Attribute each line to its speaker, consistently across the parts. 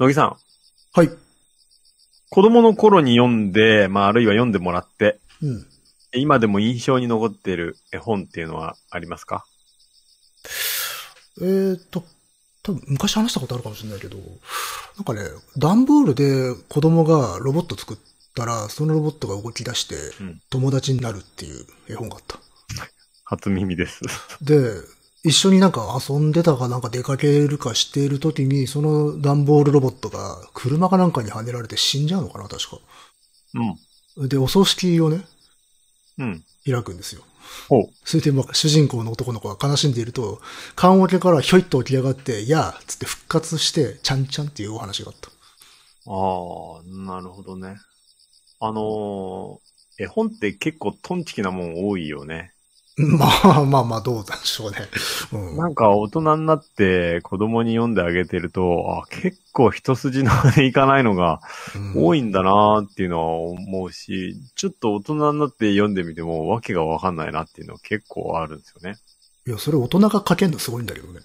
Speaker 1: 野木さん、
Speaker 2: はい。
Speaker 1: 子供の頃に読んで、まあ、あるいは読んでもらって、
Speaker 2: うん。
Speaker 1: 今でも印象に残っている絵本っていうのはありますか
Speaker 2: えーっと、多分昔話したことあるかもしれないけど、なんかね、段ボールで子供がロボット作ったら、そのロボットが動き出して
Speaker 1: うん、
Speaker 2: 友達になるっていう絵本があった。
Speaker 1: 初耳です。
Speaker 2: で、一緒になんか遊んでたかなんか出かけるかしている時に、その段ボールロボットが車かなんかにはねられて死んじゃうのかな、確か。
Speaker 1: うん。
Speaker 2: で、お葬式をね、
Speaker 1: うん。
Speaker 2: 開くんですよ。
Speaker 1: ほう。
Speaker 2: それで、まあ、主人公の男の子が悲しんでいると、棺桶からひょいっと起き上がって、やあっつって復活して、ちゃんちゃんっていうお話があった。
Speaker 1: ああ、なるほどね。あのー絵本って結構トンチキなもん多いよね。
Speaker 2: まあまあまあ、どうでしょうね。うん。
Speaker 1: なんか大人になって子供に読んであげてると、あ結構一筋縄でいかないのが
Speaker 2: うん
Speaker 1: 多いんだなーっていうのは思うし、ちょっと大人になって読んでみてもわけがわかんないなっていうのは結構あるんですよね。
Speaker 2: いや、それ大人が書けるのすごいんだけどね。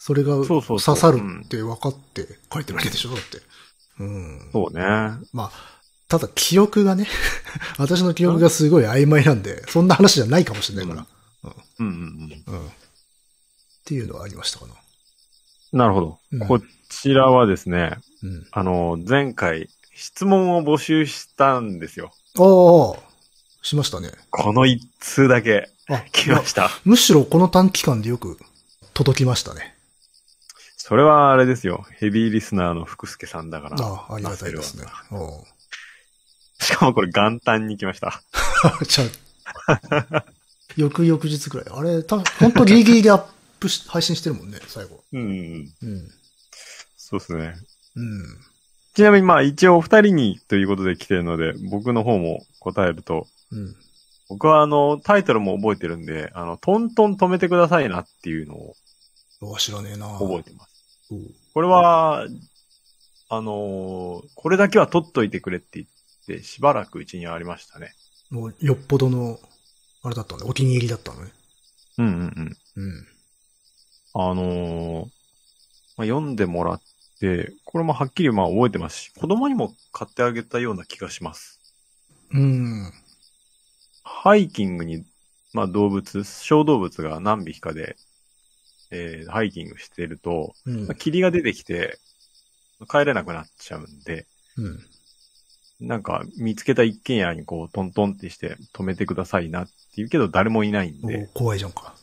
Speaker 2: それが
Speaker 1: うそ
Speaker 2: 刺
Speaker 1: うそう
Speaker 2: さるって分かって書いてるわけでしょ、だって。うん。
Speaker 1: そうね。
Speaker 2: まあ、ただ記憶がね、 私の記憶がすごい曖昧なんで、そんな話じゃないかもしれないから。
Speaker 1: うんうん
Speaker 2: うん。っていうのはありましたかな。
Speaker 1: うん。なるほど。
Speaker 2: うん
Speaker 1: こちらはですね、
Speaker 2: うん。
Speaker 1: あの、前回質問を募集したんですよ。
Speaker 2: ああ、しましたね。
Speaker 1: この一通だけ
Speaker 2: あ、
Speaker 1: 来ました。
Speaker 2: むしろこの短期間でよく届きましたね。
Speaker 1: それはあれですよ。ヘビーリスナーの福助さんだから。
Speaker 2: ああ、ありがたいですね。おう
Speaker 1: しかもこれ元旦に来ました。
Speaker 2: じゃあ、 翌々日くらい。あれ、た本当ギリギリでアップし、配信してるもんね、最後。
Speaker 1: うん。
Speaker 2: うん。
Speaker 1: そうですね。
Speaker 2: うん。
Speaker 1: ちなみにまあ一応お二人にということで来てるので、僕の方も答えると、
Speaker 2: うん。
Speaker 1: 僕はあの、タイトルも覚えてるんで、あの、トントン止めてくださいなっていうのを
Speaker 2: うわ、知らねえな
Speaker 1: 覚えてます。
Speaker 2: おう
Speaker 1: これは、あのーこれだけは取っといてくれって言って、しばらくうちにありましたね。
Speaker 2: もう、よっぽどの、あれだったね。お気に入りだったのね。
Speaker 1: うんうんうん。
Speaker 2: うん。
Speaker 1: あのーまあ、読んでもらって、これもはっきりまあ覚えてますし、子供にも買ってあげたような気がします。
Speaker 2: うん。
Speaker 1: ハイキングに、まあ動物、小動物が何匹かで、えーハイキングしてると、
Speaker 2: うん
Speaker 1: まあ、。霧が出てきて、帰れなくなっちゃうんで、
Speaker 2: うん。
Speaker 1: なんか見つけた一軒家にこうトントンってして止めてくださいなって言うけど誰もいないん
Speaker 2: お
Speaker 1: で
Speaker 2: う、怖いじゃんか。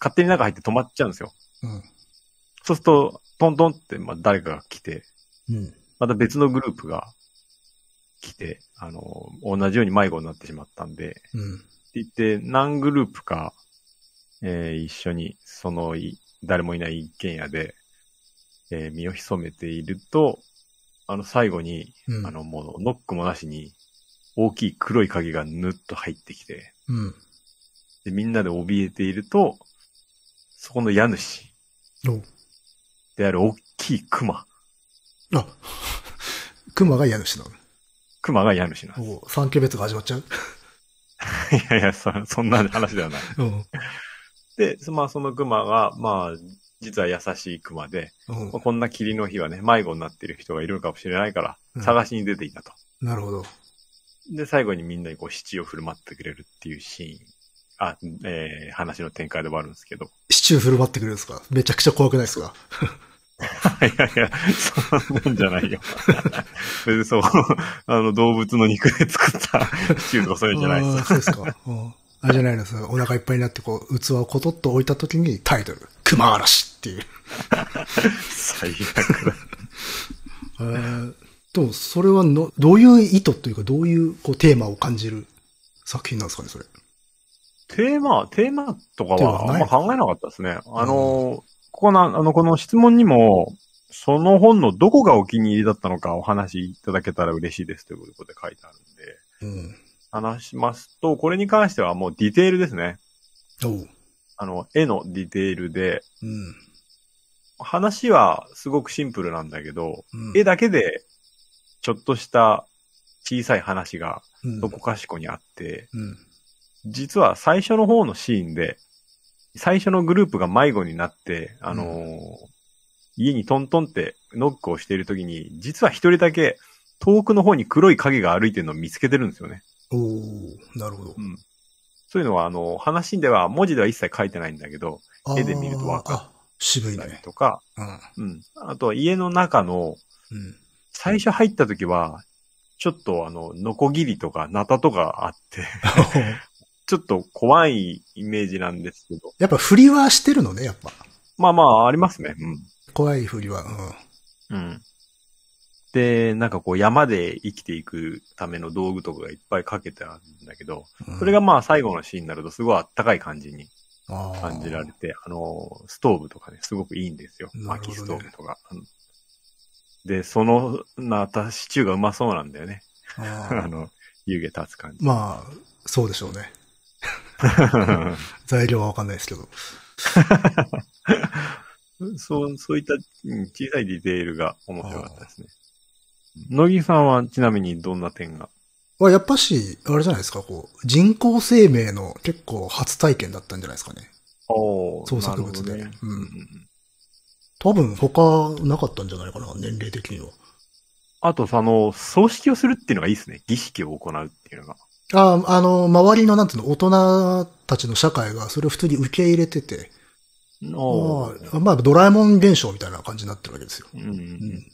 Speaker 1: 勝手に中入って止まっちゃうんですよ。
Speaker 2: うん。
Speaker 1: そうすると、トントンってまあ誰かが来て、
Speaker 2: うん。
Speaker 1: また別のグループが来て、あの、同じように迷子になってしまったんで、って
Speaker 2: うん。
Speaker 1: 言って、何グループか、えー一緒に、そのい、誰もいない一軒家で、えー身を潜めていると、あの、最後に、
Speaker 2: うん。
Speaker 1: あの、もう、ノックもなしに、大きい黒い影がぬっと入ってきて、
Speaker 2: うん。
Speaker 1: で、みんなで怯えていると、そこの家主
Speaker 2: おう
Speaker 1: である大きい熊、
Speaker 2: あ、 熊が家主なの。
Speaker 1: 熊が家主なんです
Speaker 2: おう三級別が始まっ ちゃう
Speaker 1: いやいや、そ、そんな話ではない。
Speaker 2: うん。
Speaker 1: で、そまあ、その熊が、まあ、実は優しい熊で、
Speaker 2: うん
Speaker 1: まあ、こんな霧の日はね、迷子になってる人がいるかもしれないか
Speaker 2: うん
Speaker 1: ら、探しに出ていたと。
Speaker 2: なるほど。
Speaker 1: で、最後にみんなにこう、七を振る舞ってくれるっていうシーン。あ、えー、話の展開ではあるんですけど。い
Speaker 2: シチュー振る舞ってくれるんですかめちゃくちゃ怖くないですか
Speaker 1: やいや、そんなんじゃないよ。別にそう、あの、動物の肉で作ったシチューとかそういうんじゃない
Speaker 2: あ
Speaker 1: で
Speaker 2: ー
Speaker 1: す。
Speaker 2: そうですか。うんあれじゃないのそうお腹いっぱいになって、こう、器をコトッと置いた時にタイトル、熊嵐っていう。
Speaker 1: 最悪だ。
Speaker 2: えーでも、それはの、どういう意図というか、どういうこうテーマを感じる作品なんですかね、それ。
Speaker 1: テーマ、テーマとか
Speaker 2: テーマ
Speaker 1: は
Speaker 2: ない
Speaker 1: あんま考えなかったですね。あの、ここな、あの、この質問にも、その本のどこがお気に入りだったのかお話しいただけたら嬉しいですということで書いてあるんで、
Speaker 2: うん。
Speaker 1: 話しますと、これに関してはもうディテールですね。
Speaker 2: おう。
Speaker 1: あの、絵のディテールで、
Speaker 2: うん。
Speaker 1: 話はすごくシンプルなんだけど、
Speaker 2: うん
Speaker 1: 絵だけで、ちょっとした小さい話が
Speaker 2: うん
Speaker 1: どこかしこにあって、
Speaker 2: うん。
Speaker 1: 実は最初の方のシーンで、最初のグループが迷子になって、あのー家にトントンってノックをしているときに、実は一人だけ遠くの方に黒い影が歩いてるのを見つけてるんですよね。
Speaker 2: おー、なるほど
Speaker 1: う。ん。そういうのは、あの、話では文字では一切書いてないんだけど、
Speaker 2: あー
Speaker 1: 絵で見るとわかる
Speaker 2: あ、渋い
Speaker 1: だり
Speaker 2: ね。
Speaker 1: とか、
Speaker 2: うん。
Speaker 1: うん。あとは家の中の、
Speaker 2: うん。
Speaker 1: 最初入ったときは、ちょっとあの、ノコギリとかナタとかあって、 ちょっと怖いイメージなんですけど、
Speaker 2: やっぱ振りはしてるのね、やっぱ。
Speaker 1: まあまあ、ありますね。うん。
Speaker 2: 怖い振りは。う
Speaker 1: うん。で、なんかこう山で生きていくための道具とかがいっぱいかけてあるんだけど、
Speaker 2: んうん。
Speaker 1: それがまあ最後のシーンになるとすごいあったかい感じに
Speaker 2: 感
Speaker 1: 感じられて、あの、ストーブとかね、すごくいいんですよ。
Speaker 2: なるほ
Speaker 1: 薪
Speaker 2: どね
Speaker 1: ストーブとか。うんで、その、なたシチューがうまそうなんだよね。 あの、湯気立つ感じ。
Speaker 2: まあ、そうでしょうね。材料はわかんないですけど。
Speaker 1: そう、そういったうん小さいディテールが面白かったですね。野木さんはちなみにどんな点が
Speaker 2: まあ、やっぱし、あれじゃないですか、こう、人工生命の結構初体験だったんじゃないですかね。
Speaker 1: おー
Speaker 2: 創作物で
Speaker 1: なるほど
Speaker 2: うん
Speaker 1: ん。
Speaker 2: 多分他なかったんじゃないかな、年齢的には。
Speaker 1: あと、その、葬式をするっていうのがいいですね。儀式を行うっていうのが。
Speaker 2: ああ、あの、周りのなんていうの、大人たちの社会がそれを普通に受け入れてて、
Speaker 1: おー
Speaker 2: まあ、まあ、ドラえもん現象みたいな感じになってるわけですよ。
Speaker 1: うんうん
Speaker 2: うん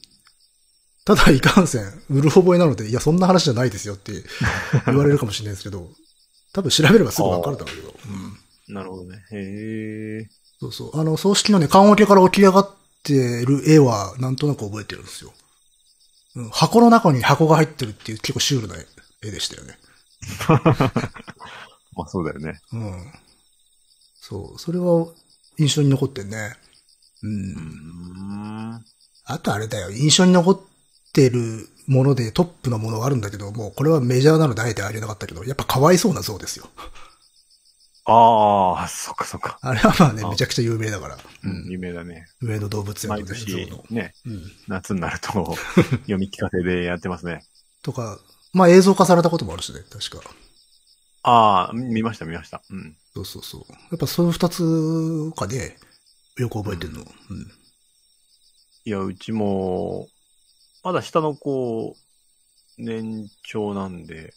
Speaker 2: ただ、いかんせん、うる覚えなので、いや、そんな話じゃないですよって言われるかもしれないですけど、多分調べればすぐわかるだろうけど、うん
Speaker 1: なるほどね。へえ。
Speaker 2: そうそう。あの、葬式のね、棺桶から起き上がってる絵は、なんとなく覚えてるんですよ。うん、箱の中に箱が入ってるっていう結構シュールな絵でしたよね。
Speaker 1: まあそうだよね。
Speaker 2: うん。そう。それは印象に残ってんね。うん
Speaker 1: うー。ん。
Speaker 2: あとあれだよ、印象に残ってるものでトップのものはあるんだけど、もうこれはメジャーなのであえてあげなかったけど、やっぱかわいそうな像ですよ。
Speaker 1: ああ、そっかそっか。
Speaker 2: あれはまあね、
Speaker 1: あ
Speaker 2: めちゃくちゃ有名だから。
Speaker 1: うん、有名だね。
Speaker 2: 上野動物園
Speaker 1: 毎
Speaker 2: の
Speaker 1: 年
Speaker 2: ね、像の。
Speaker 1: ね、
Speaker 2: うん。
Speaker 1: 夏になる と、読み聞かせでやってますね。
Speaker 2: とか、まあ映像化されたこともあるしね、確か。
Speaker 1: ああ、見ました見ました。うん。
Speaker 2: そうそうそう。やっぱその二つかね、よく覚えてるの。うん。
Speaker 1: いや、うちも、まだ下の子、年長なんで、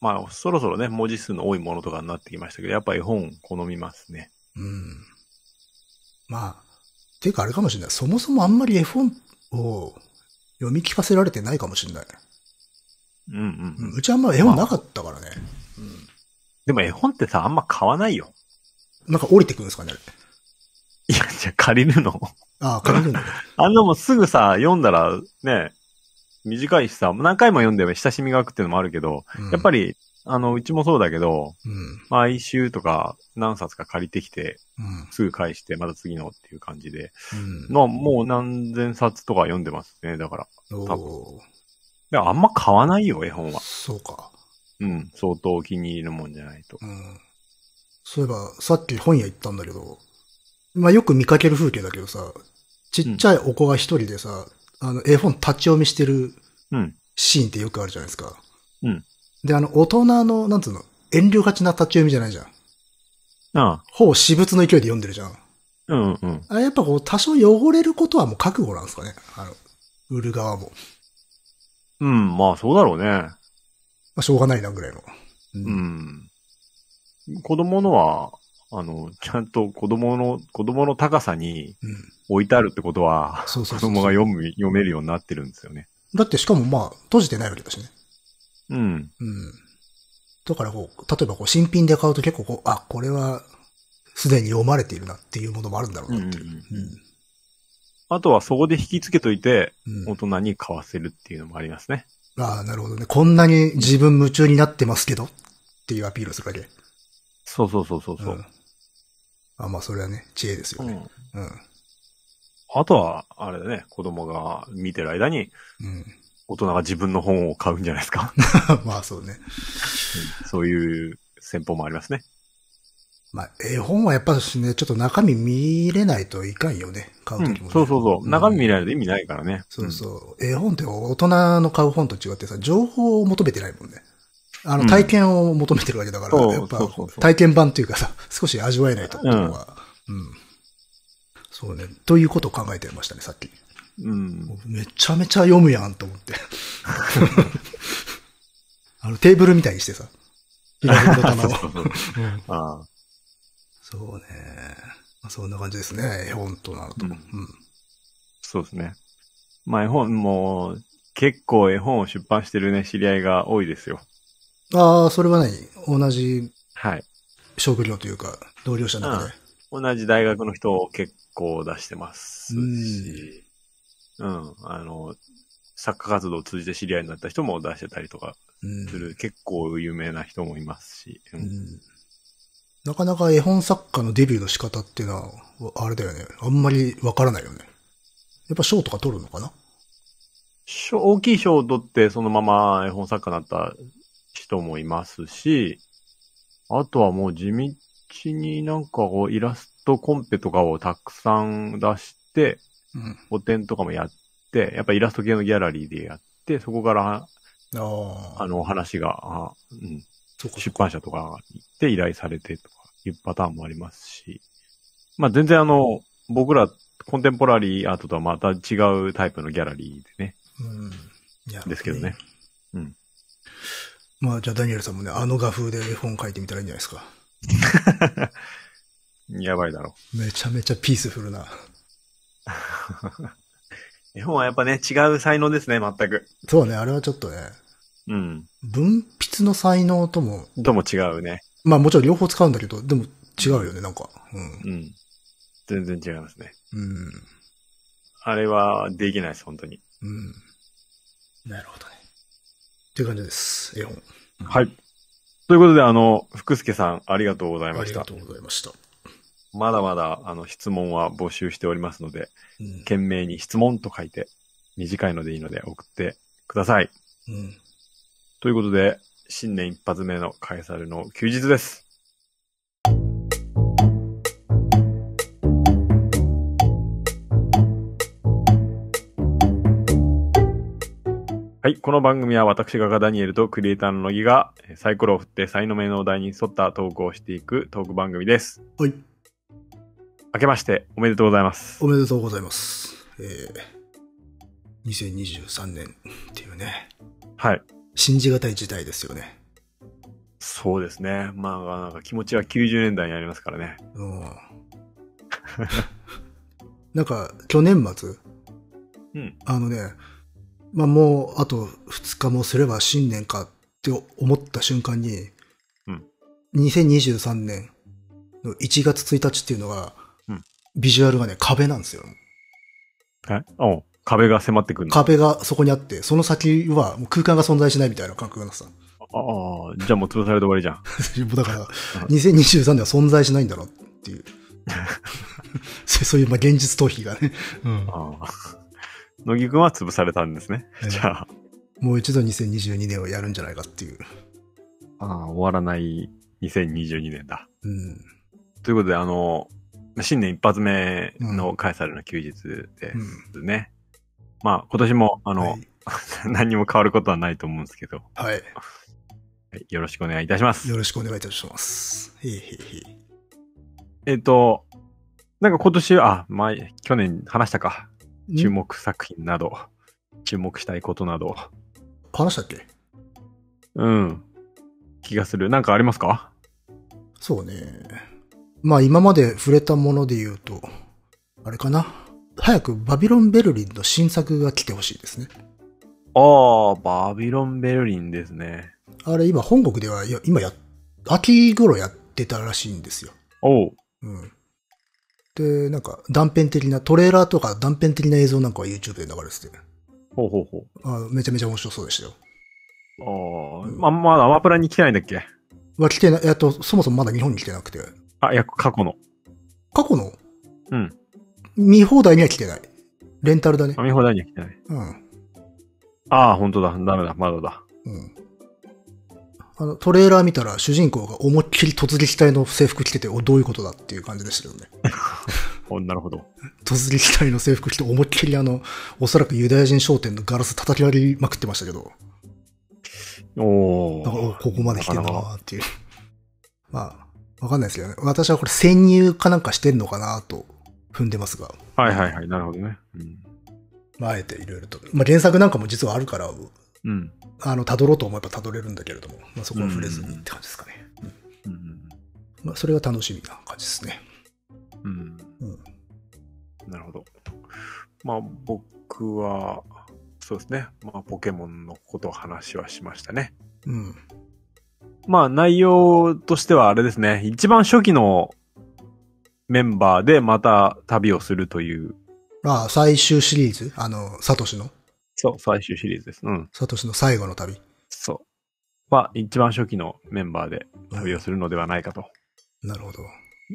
Speaker 1: まあ、そろそろね、文字数の多いものとかになってきましたけど、やっぱ絵本好みますね。
Speaker 2: うん。まあ、ていうかあれかもしれない。そもそもあんまり絵本を読み聞かせられてないかもしれない。
Speaker 1: うんうん。
Speaker 2: うん、うちあんま絵本なかったからね。
Speaker 1: でも絵本ってさ、あんま買わないよ。
Speaker 2: なんか降りてくるんですかね、あれ。
Speaker 1: いや、じゃあ借りるの。
Speaker 2: ああ、借りるんだね。
Speaker 1: あんなもんすぐさ、読んだら、ね、短いしさ、何回も読んで親しみが湧くっていうのもあるけど、 やっぱ
Speaker 2: り。
Speaker 1: り、あの、うちもそうだけど、
Speaker 2: うん。
Speaker 1: 毎週とか何冊か借りてきて、
Speaker 2: うん。
Speaker 1: すぐ返して、また次のっていう感じで、
Speaker 2: うん。
Speaker 1: の、もう何千冊とか読んでますね、だから。
Speaker 2: おー
Speaker 1: いや、あんま買わないよ、絵本は。
Speaker 2: そうか。
Speaker 1: うん、相当お気に入りのもんじゃないと。
Speaker 2: うん。そういえば、さっき本屋行ったんだけど、まあよく見かける風景だけどさ、ちっちゃいお子が一人でさ、あの、絵本立ち読みしてる
Speaker 1: うん。
Speaker 2: シーンってよくあるじゃないですか。
Speaker 1: うん。
Speaker 2: で、あの、大人の、なんつうの、遠慮がちな立ち読みじゃないじゃん。
Speaker 1: ああ
Speaker 2: ほぼ私物の勢いで読んでるじゃん。
Speaker 1: うんうん。
Speaker 2: あれやっぱこう、多少汚れることはもう覚悟なんですかね。あの、売る側も。
Speaker 1: うん、まあそうだろうね。
Speaker 2: まあ、しょうがないなぐらいの。う
Speaker 1: う。ん。子供のは、あの、ちゃんと子供の、子供の高さに
Speaker 2: うん。
Speaker 1: 置いてあるってことは、
Speaker 2: そうそ
Speaker 1: 子
Speaker 2: うそう。
Speaker 1: 供が読む、読めるようになってるんですよね。
Speaker 2: だってしかもまあ、閉じてないわけだしね。
Speaker 1: うん。
Speaker 2: うん。だからこう、例えばこう、新品で買うと結構こう、あ、これは、すでに読まれているなっていうものもあるんだろうなっていう。
Speaker 1: うんうん
Speaker 2: うん。
Speaker 1: あとはそこで引き付けといて、
Speaker 2: うん
Speaker 1: 大人に買わせるっていうのもありますね。
Speaker 2: ああ、なるほどね。こんなに自分夢中になってますけど、っていうアピールをするわけ。
Speaker 1: そうそうそうそうそうう、
Speaker 2: ん。あ、まあ、それはね、知恵ですよ
Speaker 1: う
Speaker 2: ね。
Speaker 1: ん
Speaker 2: うん。う
Speaker 1: あとは、あれだね、子供が見てる間に、
Speaker 2: ん。
Speaker 1: 大人が自分の本を買うんじゃないですか。
Speaker 2: まあ、そうね。
Speaker 1: そういう戦法もありますね。
Speaker 2: まあ、絵本はやっぱしね、ちょっと中身見れないといかんよね。買う
Speaker 1: う
Speaker 2: と
Speaker 1: ん
Speaker 2: きもね、
Speaker 1: そうそうそう。中身見
Speaker 2: ない。
Speaker 1: られると意味ないからね。
Speaker 2: そうそう。絵本って大人の買う本と違ってさ、情報を求めてないもんね。あ
Speaker 1: う
Speaker 2: の、
Speaker 1: ん
Speaker 2: 体験を求めてるわけだから、
Speaker 1: そう
Speaker 2: やっぱ
Speaker 1: そうそうそう
Speaker 2: 体験版というかさ、少し味わえないとっていうのは、うん。そうね。ということを考えてましたね、さっき。
Speaker 1: うん。
Speaker 2: めちゃめちゃ読むやん と思って。あの、テーブルみたいにしてさ。左の
Speaker 1: そ
Speaker 2: 棚を。
Speaker 1: うそうそう
Speaker 2: うん
Speaker 1: ああ
Speaker 2: そうね。まあ、そんな感じですね。絵本となると。
Speaker 1: うん
Speaker 2: うん
Speaker 1: そうですね。まあ絵本も、結構絵本を出版してるね、知り合いが多いですよ。
Speaker 2: ああ、それは何同じ
Speaker 1: はい。
Speaker 2: 職業というか、同僚者の中で。
Speaker 1: 同じ大学の人を結構出してます
Speaker 2: うん
Speaker 1: し、うん、あの、作家活動を通じて知り合いになった人も出してたりとか
Speaker 2: うん
Speaker 1: する、結構有名な人もいますし、う
Speaker 2: うんんなかなか絵本作家のデビューの仕方っていうのは、あれだよね。あんまりわからないよね。やっぱ賞とか取るのかな
Speaker 1: 賞大きい賞を取ってそのまま絵本作家になった人もいますし、あとはもう地道になんかこうイラストコンペとかをたくさん出して、
Speaker 2: うん。
Speaker 1: 個展とかもやって、やっぱイラスト系のギャラリーでやって、そこから
Speaker 2: あ
Speaker 1: あ
Speaker 2: あ、
Speaker 1: の、話が、あうん、
Speaker 2: そうか
Speaker 1: 出
Speaker 2: そうか。
Speaker 1: 版社とかに行って依頼されてとかいうパターンもありますし、まあ全然あの、僕らコンテンポラリーアートとはまた違うタイプのギャラリーでね、
Speaker 2: うん。いや
Speaker 1: ですけどね。うん。
Speaker 2: まあ、じゃあ、ダニエルさんもね、あの画風で絵本書いてみたらいいんじゃないですか。
Speaker 1: やばいだろ
Speaker 2: めちゃめちゃピースフルな。
Speaker 1: う。絵本はやっぱね、違う才能ですね、全く。
Speaker 2: そうね、あれはちょっとね、
Speaker 1: うん。
Speaker 2: 文筆の才能とも、
Speaker 1: とも違うね。
Speaker 2: まあもちろん両方使うんだけど、でも違うよね、なんか。うん。
Speaker 1: うん。全然違いますね。
Speaker 2: うん。
Speaker 1: あれはできないです、本当に。
Speaker 2: うん。なるほどね。っていう感じです、絵本。
Speaker 1: はい。ということで、あの、福助さん、ありがとうござい
Speaker 2: あ
Speaker 1: ま
Speaker 2: り
Speaker 1: し
Speaker 2: が
Speaker 1: た。
Speaker 2: とうございました。
Speaker 1: まだまだ、あの、質問は募集しておりますので、
Speaker 2: うん。
Speaker 1: 懸命に質問と書いて、短いのでいいので送ってください。
Speaker 2: うん、
Speaker 1: ということで、新年一発目のカエサルの休日です。はい。この番組は私がダニエルとクリエイターの乃木がえーサイコロを振って才能名のお題に沿ったトークをしていくトーク番組です。
Speaker 2: はい。
Speaker 1: 明けましておめでとうございます。
Speaker 2: おめでとうございます。えー、2023年っていうね、
Speaker 1: はい。
Speaker 2: 信じがたい時代ですよね。
Speaker 1: そうですね。まあ、なんか気持ちは90年代にありますからね。
Speaker 2: うん。なんか、去年末、
Speaker 1: うん。
Speaker 2: あのね、まあもうあと2日もすれば新年かって思った瞬間に、
Speaker 1: うん
Speaker 2: 2023年の1月1日っていうのが、
Speaker 1: うん
Speaker 2: ビジュアルがね、壁なんですよ。
Speaker 1: はい。おう壁が迫ってくるの
Speaker 2: 壁がそこにあって、その先はもう空間が存在しないみたいな感覚がさ。 も
Speaker 1: ああ、じゃあもう潰されて終わりじゃん。
Speaker 2: うだから、2023年は存在しないんだろうっ ていう。そうそういう、まあ、現実逃避がね、
Speaker 1: ああ乃木くんは潰されたんですね。
Speaker 2: ええ
Speaker 1: じゃあ、
Speaker 2: もう一度2022年をやるんじゃないかっていう。
Speaker 1: ああ終わらない2022年だ。
Speaker 2: うん。
Speaker 1: ということで、あの、新年一発目のカエサルの休日
Speaker 2: う
Speaker 1: で
Speaker 2: ん。
Speaker 1: すね。まあ、今年も、あの、
Speaker 2: はい。
Speaker 1: 何にも変わることはないと思うんですけど、
Speaker 2: はい
Speaker 1: はいよろしくお願いいたします。
Speaker 2: よろしくお願いいたします。へいへいへい。
Speaker 1: えっ、と、なんか今年、あ、まあ、去年話したか。注目作品など、注目したいことなど、
Speaker 2: 話したっけ
Speaker 1: うん、気がする。なんかありますか
Speaker 2: そうね。まあ今まで触れたもので言うと、あれかな。早くバビロン・ベルリンの新作が来てほしいですね。
Speaker 1: ああ、バビロン・ベルリンですね。
Speaker 2: あれ今本国では、いや今や、秋頃やってたらしいんですよ。
Speaker 1: おう。
Speaker 2: うん。で、なんか断片的な、トレーラーとか断片的な映像なんかは YouTube で流れてて、
Speaker 1: ほうほうほ
Speaker 2: あめちゃめちゃ面白そうでしたよ。
Speaker 1: う。ああ、
Speaker 2: うん
Speaker 1: ま、まだアマプラに来てないんだっけ
Speaker 2: は来てな、えっと、そもそもまだ日本に来てなくて、
Speaker 1: あ、いや、過去の。
Speaker 2: 過去の
Speaker 1: うん。
Speaker 2: 見放題には来てない。レンタルだね
Speaker 1: あ。見放題には来てない。
Speaker 2: うん。
Speaker 1: ああ、本当だ。ダメだ。まだだ。
Speaker 2: うん。あの、トレーラー見たら主人公が思いっきり突撃隊の制服着てて、お、どういうことだっていう感じでしたけどね。
Speaker 1: おなるほど。
Speaker 2: 突撃隊の制服着て思いっきりあの、おそらくユダヤ人商店のガラス叩き割りまくってましたけど、
Speaker 1: お
Speaker 2: だから、お
Speaker 1: お。
Speaker 2: ここまで来てんだ
Speaker 1: なかな
Speaker 2: なっていう。まあ、わかんないですけどね。私はこれ潜入かなんかしてんのかなと、踏んでますが、
Speaker 1: はいはいはい。なるほどね。うん。
Speaker 2: まあ、あえていろいろと。まあ、原作なんかも実はあるから、
Speaker 1: うん。
Speaker 2: あの、辿ろうと思えば辿れるんだけれども、まあ、そこは触れずにって感じですかね。
Speaker 1: うん。
Speaker 2: まあ、それが楽しみな感じですね。
Speaker 1: うん。
Speaker 2: うん。
Speaker 1: なるほど。まあ、僕は、そうですね。まあ、ポケモンのことを話はしましたね。
Speaker 2: うん。
Speaker 1: まあ、内容としてはあれですね。一番初期のメンバーでまた旅をするという、
Speaker 2: まあ、最終シリーズ、あの、サトシの、
Speaker 1: そう、最終シリーズです。うん。
Speaker 2: サトシの最後の旅。
Speaker 1: そう。は、一番初期のメンバーで旅をするのではないかと
Speaker 2: なるほど。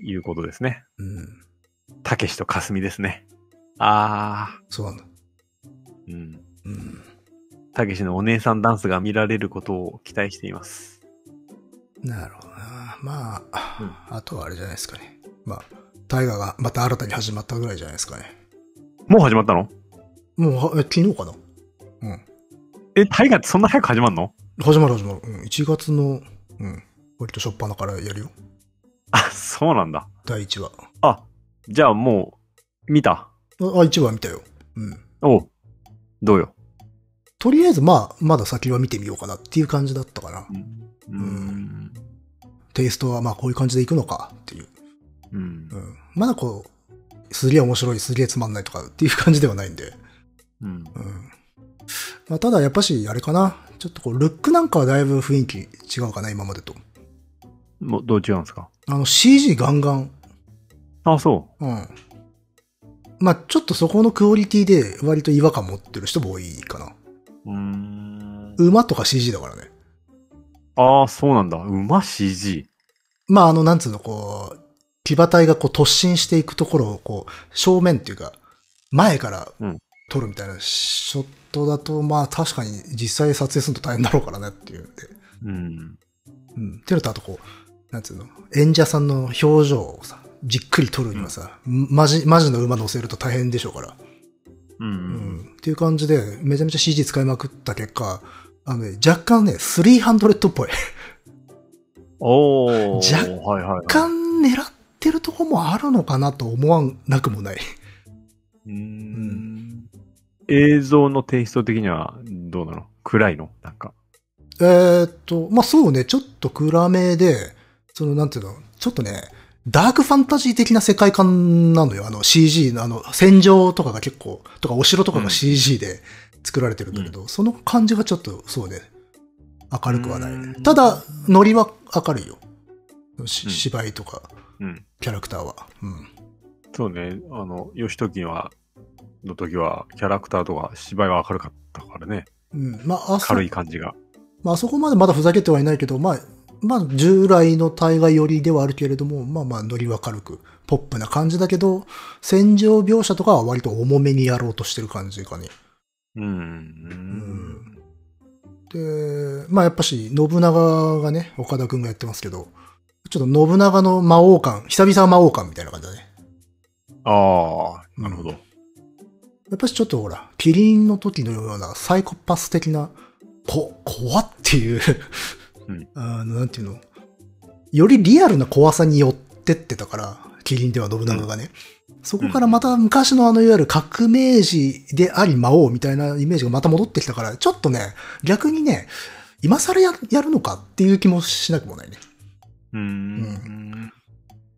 Speaker 1: いうことですね。
Speaker 2: うん。
Speaker 1: たけしとかすみですね。あ
Speaker 2: そうなんだ。
Speaker 1: ー。うん。
Speaker 2: うん。
Speaker 1: たけしのお姉さんダンスが見られることを期待しています。
Speaker 2: なるほどな。まあ、あとはあれじゃないですかね。まあ、大河がまた新たに始まったぐらいじゃないですかね。
Speaker 1: もう始まったの
Speaker 2: もうは、え昨日かなうん。
Speaker 1: え、大河ってそんな早く始まるの
Speaker 2: 始まる始まる。うん。1月の、うん。割と初っ端からやるよ。
Speaker 1: あ、そうなんだ。
Speaker 2: 第1話。あ、
Speaker 1: あ、じゃあもう、見た
Speaker 2: 1話見たよ。うん。
Speaker 1: おうどうよ。
Speaker 2: とりあえず、まあ、まだ先は見てみようかなっていう感じだったかな。。
Speaker 1: うん
Speaker 2: テイストは、まあ、こういう感じでいくのかっていう。
Speaker 1: うん
Speaker 2: う。ん。まだこう、すげえ面白い、すげえつまんないとかっていう感じではないんで。
Speaker 1: うん。
Speaker 2: うん。まあ、ただやっぱし、あれかな。ちょっとこう、ルックなんかはだいぶ雰囲気違うかな、今までと。
Speaker 1: もう、どう違うんですか
Speaker 2: あの、CG ガンガン。
Speaker 1: あ、そ
Speaker 2: うん。まあ、ちょっとそこのクオリティで割と違和感持ってる人も多いかな。
Speaker 1: う。うん。
Speaker 2: 馬とか CG だからね。
Speaker 1: ああ、そうなんだ。馬 CG。
Speaker 2: まあ、あの、なんつうの、こう、騎馬隊がこう突進していくところを、こう、正面っていうか、前から
Speaker 1: うん
Speaker 2: 撮るみたいなショットだと、まあ、確かに実際撮影すると大変だろうからねっていうんで。
Speaker 1: うん。
Speaker 2: うん。っていうのと、あとこう、なんつうの、演者さんの表情をさ、じっくり撮るにはさ、マジ、マジの馬乗せると大変でしょうから。
Speaker 1: う。
Speaker 2: うんん。っていう感じで、めちゃめちゃ CG 使いまくった結果、あのね、若干ね、300っぽい。
Speaker 1: おお。
Speaker 2: 若
Speaker 1: はいはいはい。
Speaker 2: 若干狙ってるとこもあるのかなと思わなくもない。
Speaker 1: うーん。映像のテイスト的にはどうなの暗いのなんか。
Speaker 2: えーっと、まあ、そうね、ちょっと暗めで、その、なんていうの、ちょっとね、ダークファンタジー的な世界観なのよ。あの CG の、あの、戦場とかが結構、とかお城とか
Speaker 1: う
Speaker 2: が
Speaker 1: ん
Speaker 2: CG で作られてるんだけど、その感じがちょっと、そうね、明るくはな
Speaker 1: う
Speaker 2: い。
Speaker 1: ん
Speaker 2: ただ、ノリは明るいよ。し
Speaker 1: うん
Speaker 2: 芝居とか、
Speaker 1: うん。
Speaker 2: キャラクターは。うん。
Speaker 1: そうね。あの、義時は、の時は、キャラクターとか芝居は明るかったからね。
Speaker 2: うん。まあ、あそ
Speaker 1: 軽い感じが。
Speaker 2: まあ、あそこまでまだふざけてはいないけど、まあ、まあ、従来の大河寄りではあるけれども、まあまあ、ノリは軽く、ポップな感じだけど、戦場描写とかは割と重めにやろうとしてる感じかね。
Speaker 1: うん。うん
Speaker 2: で、まあやっぱし、信長がね、岡田くんがやってますけど、ちょっと信長の魔王感、久々魔王感みたいな感じだね。
Speaker 1: ああ、なるほど。
Speaker 2: やっぱしちょっとほら、キリンの時のようなサイコパス的な、こ、怖っていう、
Speaker 1: うん
Speaker 2: あの、なんていうの、よりリアルな怖さに寄ってってたから、キリンでは信長がね。そこからまた昔のあのいわゆる革命児であり魔王みたいなイメージがまた戻ってきたから、ちょっとね、逆にね、今更ややるのかっていう気もしなくもないね。
Speaker 1: うーん。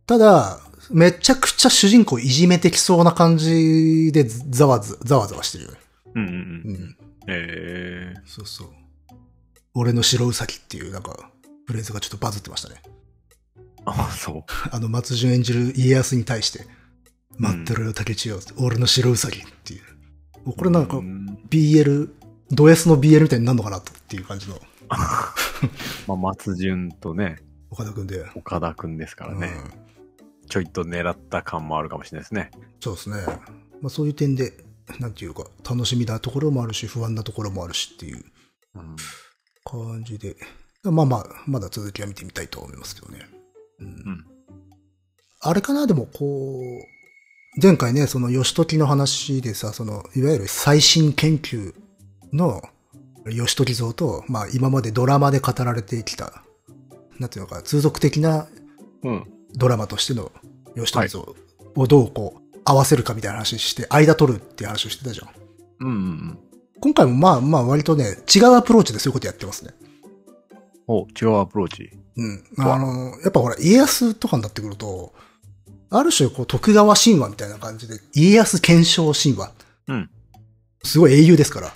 Speaker 2: ただ、めちゃくちゃ主人公いじめてきそうな感じでざわざざわざわしてるよね。
Speaker 1: うんうんうん。
Speaker 2: うん。
Speaker 1: ええ
Speaker 2: そうそう。俺の白ウサギっていうなんか、フレーズがちょっとバズってましたね。
Speaker 1: あ、そう。
Speaker 2: あの、松潤演じる家康に対して、待ってろよ、竹千代、俺の白ウサギっていう。もうこれなんか
Speaker 1: う、ん
Speaker 2: BL、ド S の BL みたいになるのかなとっていう感じの、
Speaker 1: まあ、松潤とね、
Speaker 2: 岡田くんで。
Speaker 1: 岡田くんですからね、
Speaker 2: うん
Speaker 1: ちょいと狙った感もあるかもしれないですね。
Speaker 2: そうですね。まあそういう点で、なんていうか、楽しみなところもあるし、不安なところもあるしっていう
Speaker 1: うん
Speaker 2: 感じで。まあまあ、まだ続きは見てみたいと思いますけどね。うん
Speaker 1: うん
Speaker 2: あれかなでも、こう、前回ね、その、義時の話でさ、その、いわゆる最新研究の義時像と、まあ、今までドラマで語られてきた、なんていうのか、通俗的な
Speaker 1: うん。
Speaker 2: ドラマとしての義時像をどうこう、合わせるかみたいな話して、間取るっていう話をしてたじゃん。
Speaker 1: うんうんうん。
Speaker 2: 今回もまあまあ割とね、違うアプローチでそういうことやってますね。
Speaker 1: お、違うアプローチ。
Speaker 2: うん。
Speaker 1: わ
Speaker 2: あの、やっぱほら、家康とかになってくると、ある種こう徳川神話みたいな感じで、家康検証神話。
Speaker 1: うん。
Speaker 2: すごい英雄ですから。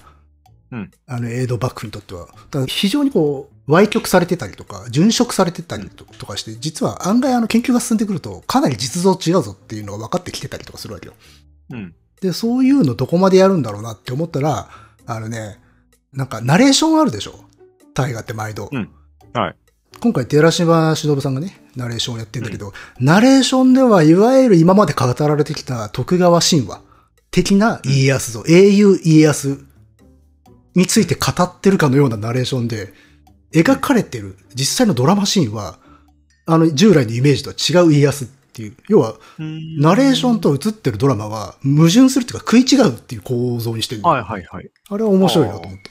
Speaker 1: うん。
Speaker 2: あの、江戸幕府にとっては。ただ非常にこう、歪曲されてたりとか、殉職されてたりととかして、実は案外あの研究が進んでくると、かなり実像違うぞっていうのが分かってきてたりとかするわけよ。
Speaker 1: うん。
Speaker 2: で、そういうのどこまでやるんだろうなって思ったら、あのね、なんかナレーションあるでしょ大河って毎度。
Speaker 1: うんはい。
Speaker 2: 今回、寺島しのぶさんがね、ナレーションをやってんだけど、ナレーションでは、いわゆる今まで語られてきた徳川神話的な家康像、英雄家康について語ってるかのようなナレーションで、描かれてる実際のドラマシーンは、あの、従来のイメージとは違う家康っていう、要は、ナレーションと映ってるドラマが矛盾するっていうか食い違うっていう構造にしてる。
Speaker 1: はいはいはい。
Speaker 2: あれは面白いなと思ったね。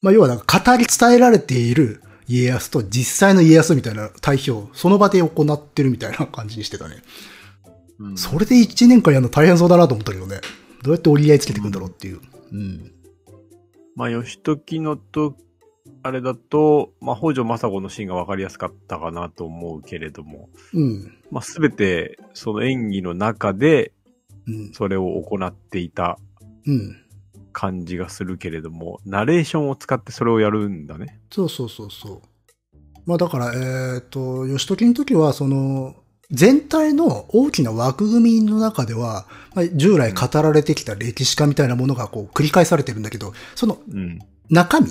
Speaker 2: まあ要はなんか語り伝えられている家康と実際の家康みたいな対比をその場で行ってるみたいな感じにしてたね。
Speaker 1: うん
Speaker 2: それで1年間やるの大変そうだなと思ったけどね。どうやって折り合いつけていくんだろうっていう。うん。
Speaker 1: まあ、義時のと、あれだと、まあ、北条政子のシーンが分かりやすかったかなと思うけれども、
Speaker 2: うん。
Speaker 1: まあ、すべて、その演技の中で、
Speaker 2: うん。
Speaker 1: それを行っていた
Speaker 2: うん。
Speaker 1: 感じがするけれども、ナレーションを使ってそれをやるんだね。
Speaker 2: そうそうそうそう。まあだから、えっ、と、義時の時は、その、全体の大きな枠組みの中では、まあ従来語られてきた歴史家みたいなものがこう繰り返されてるんだけど、その
Speaker 1: うん。
Speaker 2: 中身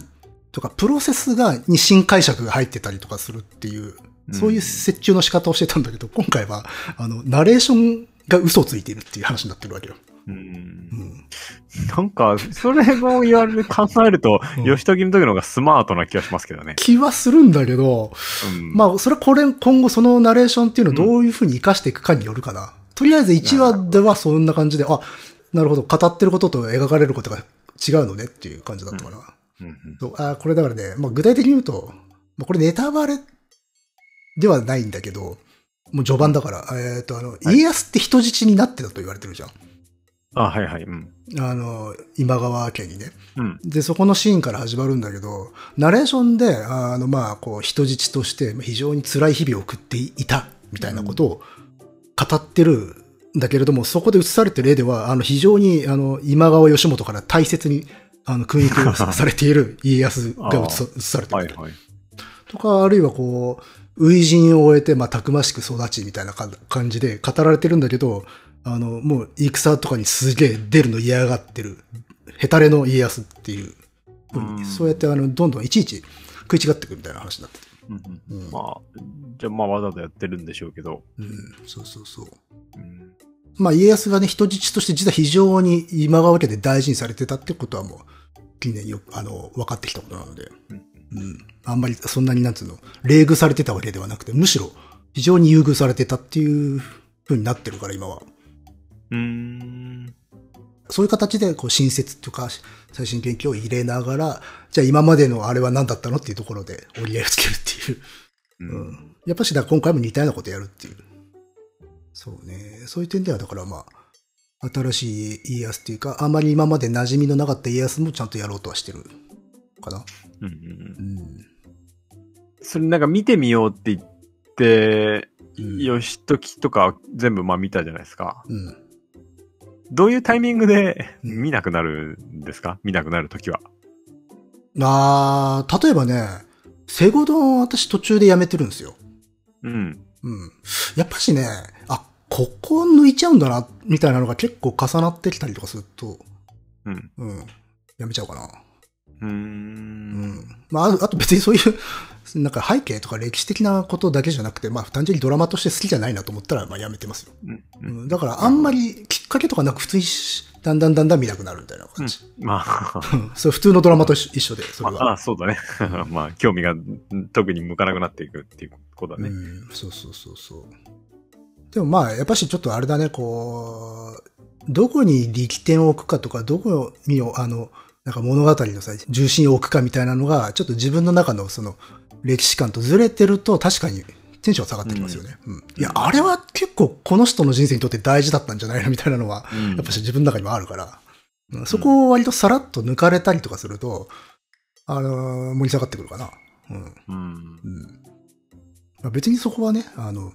Speaker 2: とかプロセスが、に新解釈が入ってたりとかするっていう、そういう折衷の仕方をしてたんだけど、今回は、あの、ナレーションが嘘をついているっていう話になってるわけよ。
Speaker 1: うん
Speaker 2: う。ん。
Speaker 1: なんか、それを言われる、考えると、
Speaker 2: うん
Speaker 1: 義時の時の方がスマートな気がしますけどね。
Speaker 2: 気はするんだけど、
Speaker 1: うん。
Speaker 2: まあ、それはこれ、今後そのナレーションっていうのをどういうふうに活かしていくかによるかな。とりあえず1話ではそんな感じで、あ、なるほど、語ってることと描かれることが違うのねっていう感じだったかな。
Speaker 1: うんうん
Speaker 2: そうあこれだからね、まあ、具体的に言うと、まあ、これネタバレではないんだけど、もう序盤だから、えっ、と、あの、
Speaker 1: い
Speaker 2: 家康って人質になってたと言われてるじゃん。
Speaker 1: あ、はいはい。うん。
Speaker 2: あの、今川家にね。
Speaker 1: うん。
Speaker 2: で、そこのシーンから始まるんだけど、ナレーションで、あの、まあ、こう、人質として非常に辛い日々を送っていた、みたいなことを語ってるんだけれども、そこで映されてる絵では、あの、非常に、あの、今川義元から大切に、あの、食い肉をさされている家康 が映さ映されて
Speaker 1: は
Speaker 2: る
Speaker 1: い。はい。
Speaker 2: とか、あるいはこう、初陣を終えて、まあ、たくましく育ちみたいなか感じで語られてるんだけど、あの、もう戦とかにすげえ出るの嫌がってる、ヘタレの家康っていう風に
Speaker 1: うん
Speaker 2: そうやってあの、どんどんいちいち食い違ってくみたいな話になってて。
Speaker 1: うんうん
Speaker 2: うん。
Speaker 1: まあ、じゃあまあわざとやってるんでしょうけど。
Speaker 2: うん、そうそうそう。
Speaker 1: うん。
Speaker 2: まあ、家康がね、人質として実は非常に今川家で大事にされてたってことはもう、近年よく、あの、分かってきたことなので、
Speaker 1: うん
Speaker 2: うん。あんまりそんなになんつうの、冷遇されてたわけではなくて、むしろ非常に優遇されてたっていう風になってるから、今は。
Speaker 1: うーん。
Speaker 2: そういう形で、こう、新説とか、最新研究を入れながら、じゃあ今までのあれは何だったのっていうところで折り合いをつけるっていう。
Speaker 1: うん。
Speaker 2: やっぱし、だから今回も似たようなことやるっていう。そうね。そういう点では、だからまあ、新しい家康っていうか、あまり今まで馴染みのなかった家康もちゃんとやろうとはしてるかな。
Speaker 1: うんうん
Speaker 2: う。ん。
Speaker 1: それなんか見てみようって言って、
Speaker 2: うん
Speaker 1: 義時とか全部まあ見たじゃないですか。
Speaker 2: うん。
Speaker 1: どういうタイミングで
Speaker 2: うん
Speaker 1: 見なくなるんですか見なくなるときは。
Speaker 2: あー例えばね、セゴドン私途中でやめてるんですよ。
Speaker 1: うん。
Speaker 2: うん。やっぱしね、あ、ここ抜いちゃうんだな、みたいなのが結構重なってきたりとかすると、
Speaker 1: うん。
Speaker 2: うん。やめちゃうかな。
Speaker 1: うー。
Speaker 2: うんん。まあ、ああと別にそういう、 なんか背景とか歴史的なことだけじゃなくて、まあ単純にドラマとして好きじゃないなと思ったら、まあやめてますよ。
Speaker 1: うんう
Speaker 2: うんん。だからあんまりきっかけとかなく普通にしだんだんだんだん見なくなるみたいな感じ。
Speaker 1: まあ、
Speaker 2: うん。それ普通のドラマと一緒一緒で、それ
Speaker 1: まあ
Speaker 2: は。
Speaker 1: あ、そうだね。 まあ、興味が特に向かなくなっていくっていうことだ
Speaker 2: う
Speaker 1: ね。
Speaker 2: ん。そうそうそうそう。でもまあ、やっぱしちょっとあれだね、こう、どこに力点を置くかとか、どこに、あの、なんか物語のさ、重心を置くかみたいなのが、ちょっと自分の中のその、歴史観とずれてると、確かにテンション下がってきますよね。うん。いや、あれは結構この人の人生にとって大事だったんじゃないのみたいなのは、
Speaker 1: うん
Speaker 2: やっぱし自分の中にもあるから、うんそこを割とさらっと抜かれたりとかすると、あのー盛り下がってくるかな。うん。
Speaker 1: うん。
Speaker 2: うん。まあ、別にそこはね、あの、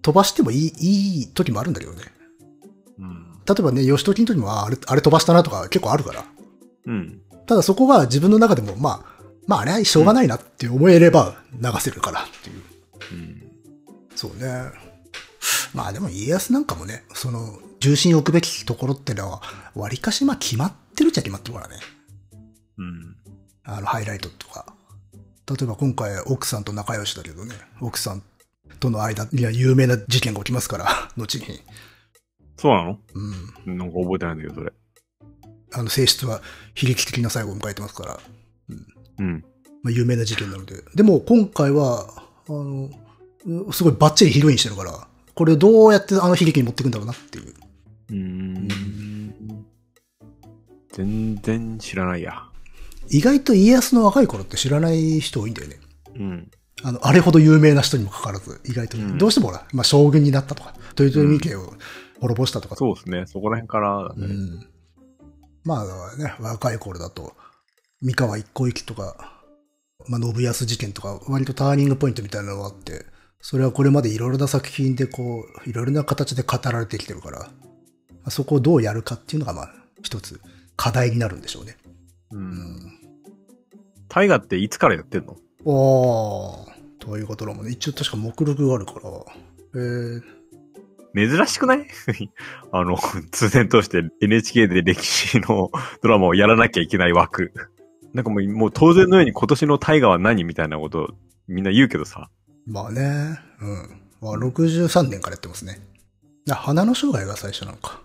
Speaker 2: 飛ばしてもいい、いい時もあるんだけどね。
Speaker 1: うん。
Speaker 2: 例えばね、吉時の時も、ああれ、あれ飛ばしたなとか結構あるから。
Speaker 1: うん。
Speaker 2: ただそこが自分の中でも、まあ、まああれはしょうがないなって思えれば流せるからっていう。
Speaker 1: うん。
Speaker 2: そうね。まあでも家康なんかもね、その、重心を置くべきところってのは、割かしまあ決まってるっちゃ決まってるからね。
Speaker 1: うん。
Speaker 2: あの、ハイライトとか。例えば今回奥さんと仲良しだけどね、奥さんとの間には有名な事件が起きますから、 後に。
Speaker 1: そうなの
Speaker 2: うん。
Speaker 1: なんか覚えてないんだけど、それ。
Speaker 2: あの、性質は悲劇的な最後を迎えてますから、
Speaker 1: うん。
Speaker 2: まあ、有名な事件なので。でも今回は、あの、うすごいバッチリヒロインしてるから、これをどうやってあの悲劇に持っていくんだろうなっていう。
Speaker 1: うーん。全然知らないや。
Speaker 2: 意外と家康の若い頃って知らない人多いんだよね。
Speaker 1: うん。
Speaker 2: あの、あれほど有名な人にもかかわらず、意外と、
Speaker 1: うん
Speaker 2: どうしてもほら、まあ、将軍になったとか、豊臣家を滅ぼしたとか、
Speaker 1: そうですね。そこら辺からだ
Speaker 2: う
Speaker 1: ね。
Speaker 2: ん。まあ、だからね、若い頃だと、三河一向一揆とか、まあ、信康事件とか、割とターニングポイントみたいなのがあって、それはこれまでいろいろな作品でこう、いろいろな形で語られてきてるから、まあそこをどうやるかっていうのが、まあ、一つ課題になるんでしょうね。
Speaker 1: う。
Speaker 2: うんん。
Speaker 1: 大河っていつからやってんの
Speaker 2: おー、ということだもんね。一応確か目録があるから、えー、
Speaker 1: 珍しくない あの、通年通して NHK で歴史のドラマをやらなきゃいけない枠。なんかもう、もう当然のように今年の大河は何みたいなことみんな言うけどさ。
Speaker 2: まあね、うん。まあ、63年からやってますね。あ、花の生涯が最初なのか。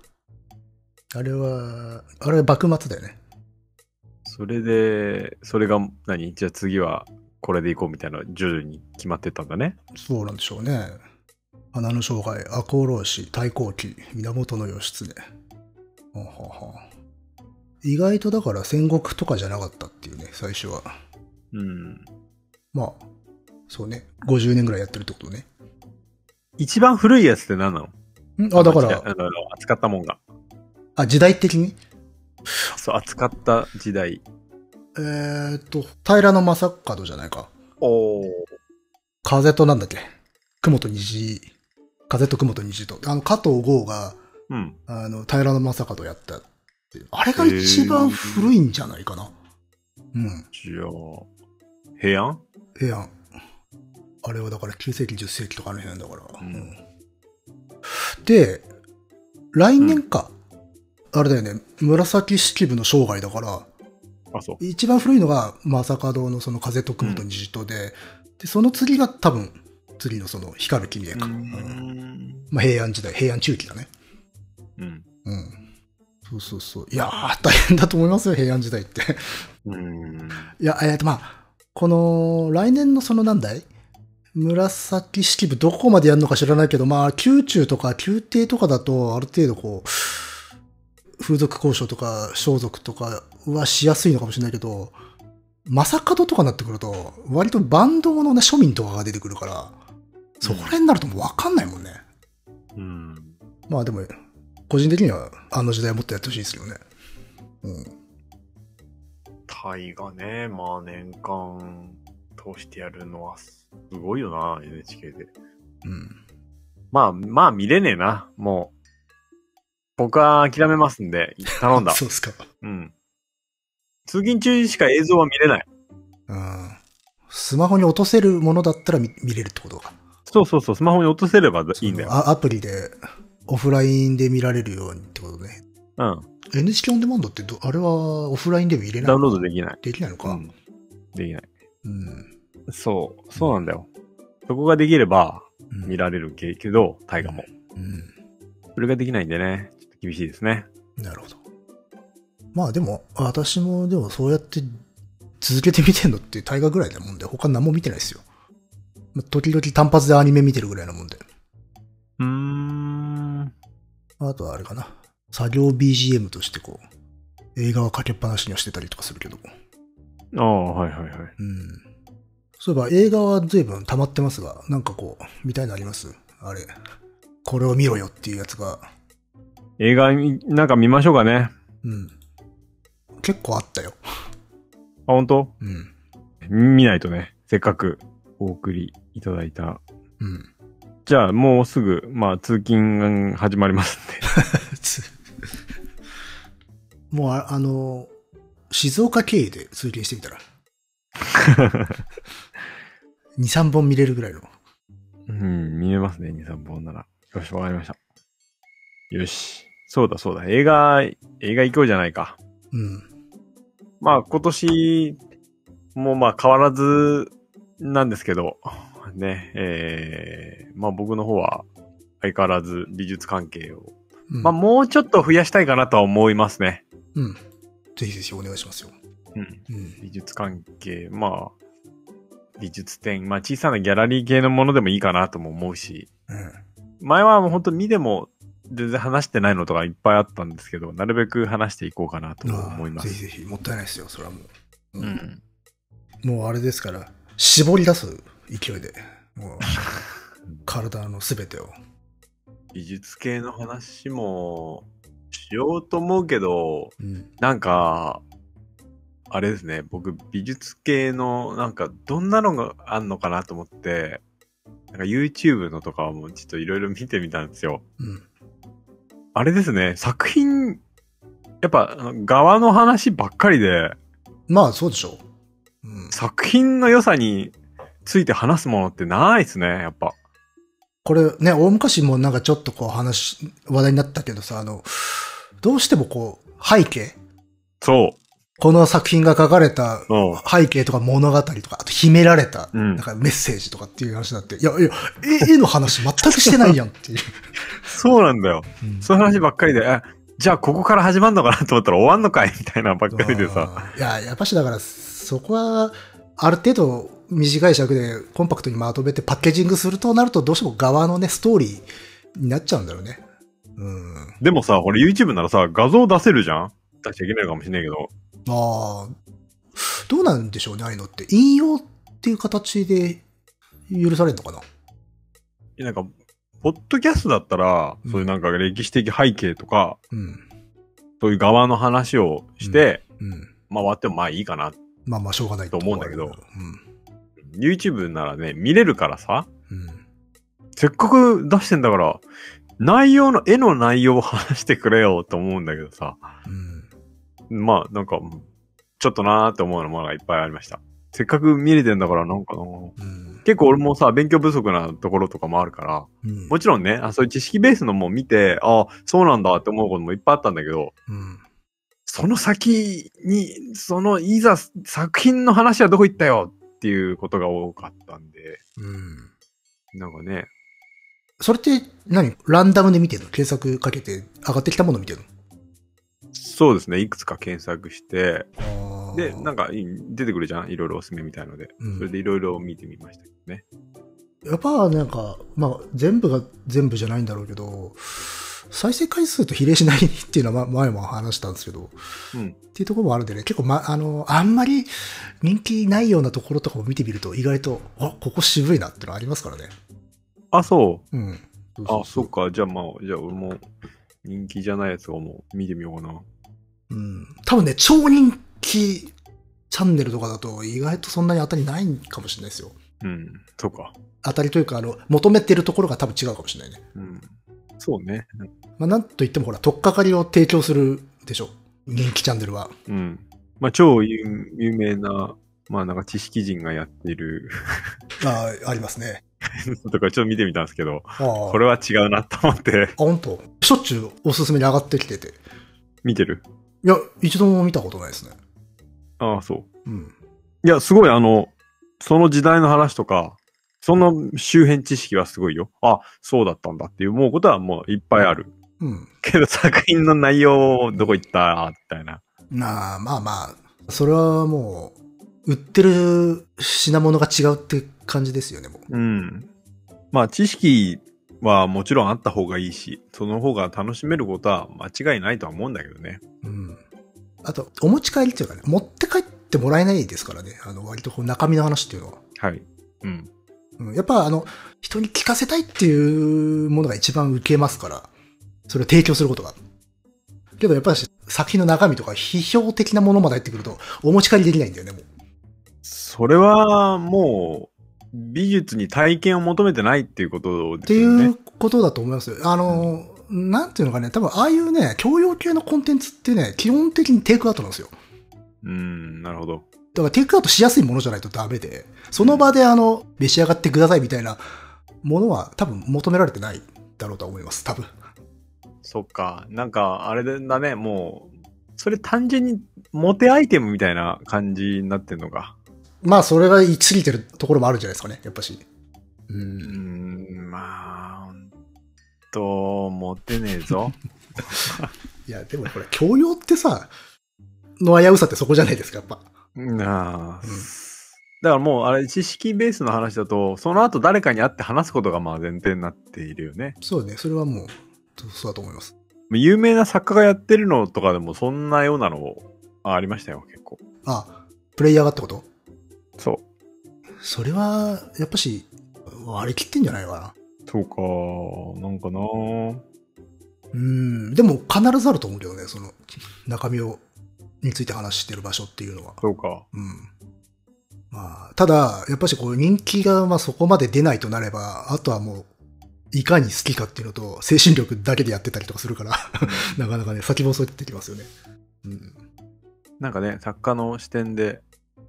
Speaker 2: あれは、あれは幕末だよね。
Speaker 1: それで、それが何じゃあ次はこれでいこうみたいな徐々に決まってったんだね。
Speaker 2: そうなんでしょうね。花の生涯、赤穂浪士、太閤記、源義経。ははは意外とだから戦国とかじゃなかったっていうね、最初は。
Speaker 1: うん。
Speaker 2: まあ、そうね。50年ぐらいやってるってことね。
Speaker 1: 一番古いやつって何なの
Speaker 2: んあ、だか
Speaker 1: あ
Speaker 2: ら、
Speaker 1: の扱ったもんが。
Speaker 2: あ、時代的に
Speaker 1: そう、扱った時代。
Speaker 2: えーっと、平の正門じゃないか。
Speaker 1: お
Speaker 2: 風となんだっけ雲と虹。風と雲と虹と。あの、加藤剛が、
Speaker 1: うん。
Speaker 2: あの、平の正門やったっていう。あれが一番古いんじゃないかな。うん。
Speaker 1: じゃあ、平安
Speaker 2: 平安。あれはだから9世紀、10世紀とかあの辺だから。
Speaker 1: うん
Speaker 2: うんで、来年か。あれだよね。紫式部の生涯だから、
Speaker 1: あ、そう。
Speaker 2: 一番古いのが正門のその風と雲と虹とで、で、その次が多分、次のその光る君へか。うんまあ、平安時代、平安中期だね。
Speaker 1: うん。
Speaker 2: うん。そうそうそう。いやー、大変だと思いますよ、平安時代って。
Speaker 1: うん。
Speaker 2: いや、えっ、と、まあ、この、来年のその何代紫式部どこまでやるのか知らないけど、まあ、宮中とか宮廷とかだと、ある程度こう、風俗交渉とか、装束とかはしやすいのかもしれないけど、正門とかになってくると、割と万能のね、庶民とかが出てくるから、そこら辺になるともうわかんないもんね。
Speaker 1: うん。
Speaker 2: まあでも、個人的にはあの時代もっとやってほしいですよね。うん。
Speaker 1: 大河ね、まあ年間通してやるのはすごいよな、NHK で。
Speaker 2: うん。
Speaker 1: まあ、まあ見れねえな、もう。僕は諦めますんで、頼ん だ。
Speaker 2: そうっすか。
Speaker 1: うん。通勤中にしか映像は見れない。
Speaker 2: うん。スマホに落とせるものだったら見見れるってことか。
Speaker 1: そうそうそう、スマホに落とせればいいんだよ。
Speaker 2: あアプリで、オフラインで見られるようにってことね。
Speaker 1: うん。
Speaker 2: NHK オンデマンドってど、あれはオフラインでも入れない
Speaker 1: ダウンロードできない。
Speaker 2: できないのか。うん。
Speaker 1: できない。
Speaker 2: うん。
Speaker 1: そう、そうなんだよ。そこができれば見
Speaker 2: ら
Speaker 1: られるけど、大河も。
Speaker 2: うん。
Speaker 1: それができないんでね、ちょっと厳しいですね。
Speaker 2: なるほど。まあでも、私もでもそうやって続けて見てんのって大河ぐらいだもんで、他何も見てないですよ。まあ時々単発でアニメ見てるぐらいなもんで。
Speaker 1: うーん。
Speaker 2: あとはあれかな。作業 BGM としてこう、映画はかけっぱなしにはしてたりとかするけど。
Speaker 1: ああ、はいはいはい。
Speaker 2: うん。そういえば映画は随分溜まってますが、なんかこう、見たいのありますあれ。これを見ろよっていうやつが。
Speaker 1: 映画に、なんか見ましょうかね。
Speaker 2: うん。結構あったよ。
Speaker 1: あ、本当？
Speaker 2: うん。
Speaker 1: 見ないとね、せっかくお送りいただいた。
Speaker 2: うん。
Speaker 1: じゃあ、もうすぐ、まあ、通勤が始まりますんで。
Speaker 2: つもうあ、あの、静岡経由で通勤してみたら。2、3本見れるぐらいの。
Speaker 1: うん、見れますね、2、3本なら。よし、わかりました。よし。そうだ、そうだ。映画、映画行こうじゃないか。
Speaker 2: うん。
Speaker 1: まあ、今年もまあ変わらずなんですけど、ね、えー、まあ僕の方は相変わらず美術関係を、
Speaker 2: うん。
Speaker 1: まあもうちょっと増やしたいかなとは思いますね。
Speaker 2: うん。ぜひぜひお願いしますよ。
Speaker 1: うん。
Speaker 2: うん。
Speaker 1: 美術関係、まあ、美術展、まあ小さなギャラリー系のものでもいいかなとも思うし、
Speaker 2: うん。
Speaker 1: 前はもう本当見でも全然話してないのとかいっぱいあったんですけど、なるべく話していこうかなと思いま
Speaker 2: ぜひ
Speaker 1: す。
Speaker 2: ぜひ、もったいないですよ、それはもう。
Speaker 1: う。ん。
Speaker 2: もうあれですから、絞り出す勢いで、もう、体のすべてを。
Speaker 1: 美術系の話もしようと思うけど、
Speaker 2: うん。
Speaker 1: なんか、あれですね、僕美術系のなんかどんなのがあんのかなと思って、なんか YouTube のとかもちょっといろいろ見てみたんですよ。
Speaker 2: うん。
Speaker 1: あれですね、作品、やっぱあの側の話ばっかりで、
Speaker 2: まあ、そうでしょう。うん。
Speaker 1: 作品の良さについて話すものってないですね、やっぱ。
Speaker 2: これね、大昔もなんかちょっとこう話し、話題になったけどさ、あの、どうしてもこう、背景
Speaker 1: そ
Speaker 2: この作品が書かれた
Speaker 1: う。うん。
Speaker 2: 背景とか物語とか、あと秘められた、
Speaker 1: うん
Speaker 2: なんかメッセージとかっていう話だって、いやいや、絵絵の話全くしてないやんっていう。
Speaker 1: そうなんだよ。
Speaker 2: うん
Speaker 1: そういう話ばっかりで、えじゃあここから始まるのかなと思ったら終わんのかいみたいなばっかりでさ。
Speaker 2: あーいや、やっぱしだから、そこは、ある程度短い尺でコンパクトにまとめてパッケージングするとなると、どうしても側のね、ストーリーになっちゃうんだろうね。うん。あ
Speaker 1: でもさ、これ YouTube ならさ、画像出せるじゃん出しちゃいけないのかもしれないけど。
Speaker 2: あ、どうなんでしょうね、ああいうのって。引用っていう形で許されるのかな。
Speaker 1: えなんか、ポッドキャストだったら、
Speaker 2: うん
Speaker 1: そういうなんか歴史的背景とか、
Speaker 2: うん。
Speaker 1: そういう側の話をして、
Speaker 2: うん。
Speaker 1: まあ終わってもまあいいかな。
Speaker 2: まあまあ、しょうがない
Speaker 1: と思うんだけど
Speaker 2: うん。
Speaker 1: YouTube ならね、見れるからさ、
Speaker 2: うん。
Speaker 1: せっかく出してんだから、内容の、絵の内容を話してくれよと思うんだけどさ。
Speaker 2: うん。
Speaker 1: まあ、なんか、ちょっとなーって思うのものがいっぱいありました。せっかく見れてんだから、なんかな
Speaker 2: うん。
Speaker 1: 結構俺もさ、勉強不足なところとかもあるから、
Speaker 2: うん。
Speaker 1: もちろんね、あそういう知識ベースのも見て、あそうなんだって思うこともいっぱいあったんだけど、
Speaker 2: うん。
Speaker 1: その先に、その、いざ作品の話はどこ行ったよっていうことが多かったんで、
Speaker 2: うん。
Speaker 1: なんかね、
Speaker 2: それって何、ランダムで見てるの検索かけて上がってきたもの見てるの
Speaker 1: そうですね、いくつか検索して、
Speaker 2: あー
Speaker 1: で、なんかい出てくるじゃんいろいろおすすめみたいので。
Speaker 2: うん
Speaker 1: それでいろいろ見てみましたけどね。
Speaker 2: やっぱなんか、まあ、全部が全部じゃないんだろうけど、再生回数と比例しないっていうのはま前も話したんですけど、
Speaker 1: うん
Speaker 2: っていうところもあるんでね、結構、ま、あの、あんまり人気ないようなところとかも見てみると、意外と、あ、ここ渋いなってのありますからね。
Speaker 1: あ、そ
Speaker 2: うん。
Speaker 1: う。あ、そっ。か。じゃあまあ、じゃあ俺も人気じゃないやつをもう見てみようかな。
Speaker 2: うん。多分ね、超人気チャンネルとかだと、意外とそんなに当たりないかもしれないですよ。
Speaker 1: うん。そうか。
Speaker 2: 当たりというか、あの、求めてるところが多分違うかもしれないね。
Speaker 1: うん。そうね。
Speaker 2: まあ、なんといってもほら、取っかかりを提供するでしょ。人気チャンネルは。
Speaker 1: うん。まあ、超有有名な、まあなんか知識人がやってる
Speaker 2: ああ、ありますね。
Speaker 1: とかちょっと見てみたんですけど、
Speaker 2: ああ。
Speaker 1: これは違うなと思って
Speaker 2: あ、本当。しょっちゅうおすすめに上がってきてて。
Speaker 1: 見てる。
Speaker 2: いや、一度も見たことないですね。
Speaker 1: ああ、そう。
Speaker 2: うん。
Speaker 1: いや、すごい、あの、その時代の話とか、その周辺知識はすごいよ。あ、そうだったんだっていう、もうことはもういっぱいある。
Speaker 2: うん。
Speaker 1: けど作品の内容、どこ行ったみたいな。
Speaker 2: なあ、まあまあ、それはもう、売ってる品物が違うって感じですよね、も
Speaker 1: う
Speaker 2: う。
Speaker 1: ん。まあ、知識はもちろんあった方がいいし、その方が楽しめることは間違いないとは思うんだけどね。
Speaker 2: うん。あと、お持ち帰りっていうかね、持って帰ってもらえないですからね。あの、割とこう中身の話っていうのは。
Speaker 1: はい。うん。
Speaker 2: うん、やっぱあの、人に聞かせたいっていうものが一番受けますから、それを提供することが。けどやっぱり作品の中身とか批評的なものまで入ってくると、お持ち帰りできないんだよね、もう。
Speaker 1: それは、もう、美術に体験を求めてないっていうこと
Speaker 2: っ
Speaker 1: で
Speaker 2: て
Speaker 1: す
Speaker 2: い
Speaker 1: よね。
Speaker 2: うことだと思いますよ。あの、なんていうのかね、多分ああいうね、教養系のコンテンツってね、基本的にテイクアウトなんですよ。
Speaker 1: うん、なるほど。
Speaker 2: だからテイクアウトしやすいものじゃないとダメで、その場であの、召し上がってくださいみたいなものは多分求められてないだろうとは思います、多分。
Speaker 1: そっか。なんか、あれだね、もう、それ単純にモテアイテムみたいな感じになってんのか。
Speaker 2: まあ、それが行き過ぎてるところもあるんじゃないですかね、やっぱし。う
Speaker 1: うー
Speaker 2: ん。
Speaker 1: ん、まあ、ほんと、モテねえ ぞ。
Speaker 2: いや、でもこれ、教養ってさ、の危うさってそこじゃないですか、やっぱ。
Speaker 1: なあ
Speaker 2: うん。
Speaker 1: だからもう、あれ、知識ベースの話だと、その後誰かに会って話すことがまあ前提になっているよね。
Speaker 2: そうね、それはもう、そうそうだと思います。
Speaker 1: 有名な作家がやってるのとかでも、そんなようなのあありましたよ、結構。
Speaker 2: あ、プレイヤーがってこと
Speaker 1: そ
Speaker 2: それは、やっぱし、割り切ってんじゃないか
Speaker 1: う。そうか、なんかな
Speaker 2: な。うん。でも、必ずあると思うけどね、その、中身を、について話してる場所っていうのは。
Speaker 1: そうか。
Speaker 2: うん。まあ、ただ、やっぱしこう、人気が、まあそこまで出ないとなれば、あとはもう、いかに好きかっていうのと、精神力だけでやってたりとかするから、 なかなかね、先細ってきますよね。うん。
Speaker 1: なんかね、作家の視点で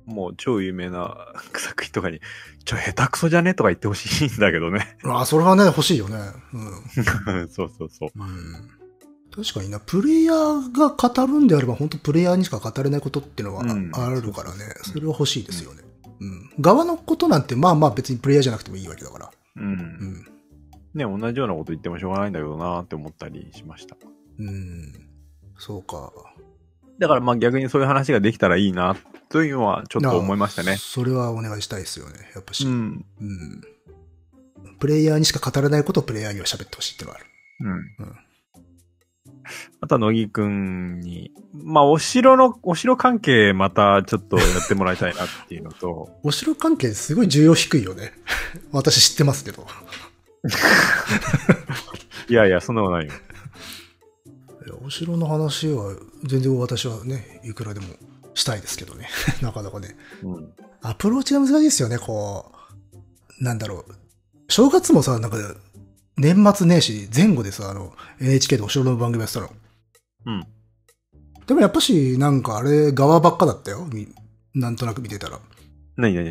Speaker 1: もう超有名な作品とかに、ちょ、下手くそじゃねとか言ってほしいんだけどね。
Speaker 2: ああ、それはね、欲しいよね。うん。
Speaker 1: そうそうそう。
Speaker 2: うん確かにな、プレイヤーが語るんであれば、本当プレイヤーにしか語れないことっていうのは
Speaker 1: うん
Speaker 2: あ
Speaker 1: そ
Speaker 2: るからね、
Speaker 1: うそうそう
Speaker 2: それは欲しいですよね。うん。側のことなんて、まあまあ別にプレイヤーじゃなくてもいいわけだから。
Speaker 1: うん
Speaker 2: う。ん。
Speaker 1: ね、同じようなこと言ってもしょうがないんだけどなって思ったりしました。
Speaker 2: うん。そうか。
Speaker 1: だからまあ逆にそういう話ができたらいいなというのはちょっと思いましたね。
Speaker 2: それはお願いしたいですよね、やっぱし。
Speaker 1: う
Speaker 2: うん。
Speaker 1: ん。
Speaker 2: プレイヤーにしか語れないことをプレイヤーには喋ってほしいっていうのがある。
Speaker 1: う
Speaker 2: うんん。
Speaker 1: あとは乃木くんに、まあお城の、お城関係またちょっとやってもらいたいなっていうのと、
Speaker 2: お城関係すごい重要低いよね。 私知ってますけど。
Speaker 1: いやいや、そんなことないよ。
Speaker 2: いやお城の話は全然私はねいくらでもしたいですけどね なかなかね
Speaker 1: うん。
Speaker 2: アプローチが難しいですよねこうなんだろう正月もさなんか年末年始前後でさあの NHK でお城の番組やってたの
Speaker 1: うん
Speaker 2: でもやっぱしなんかあれ側ばっかだったよみなんとなく見てたら
Speaker 1: 何何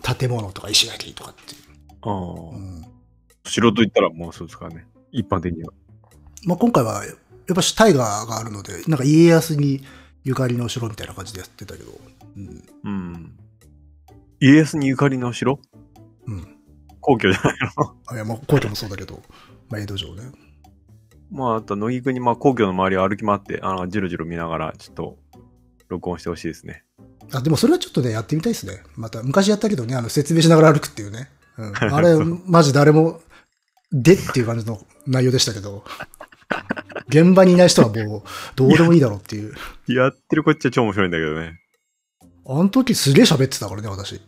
Speaker 1: 何
Speaker 2: 建物とか石垣とかっていう、
Speaker 1: ああ、
Speaker 2: うん
Speaker 1: 城と言ったらもうそうですからね。一般的には。
Speaker 2: まあ、今回はやっぱし大河があるのでなんか家康にゆかりのお城みたいな感じでやってたけど、うん
Speaker 1: うん。家康にゆかりの城
Speaker 2: うん、
Speaker 1: 皇居じゃないの
Speaker 2: あいや、まあ、皇居もそうだけど、まあ、江戸城ね。
Speaker 1: まああと乃木くんにまあ皇居の周りを歩き回って、あの、じろじろ見ながらちょっと録音してほしいですね。
Speaker 2: あ、でもそれはちょっとね、やってみたいですね。また、昔やったけどね、あの、説明しながら歩くっていうね。 うん、あれ、マジ誰も、でっていう感じの内容でしたけど、現場にいない人はもう、どうでもいいだろうっていう。
Speaker 1: やってるこっちは超面白いんだけどね。
Speaker 2: あの時すげえ喋ってたからね、私。い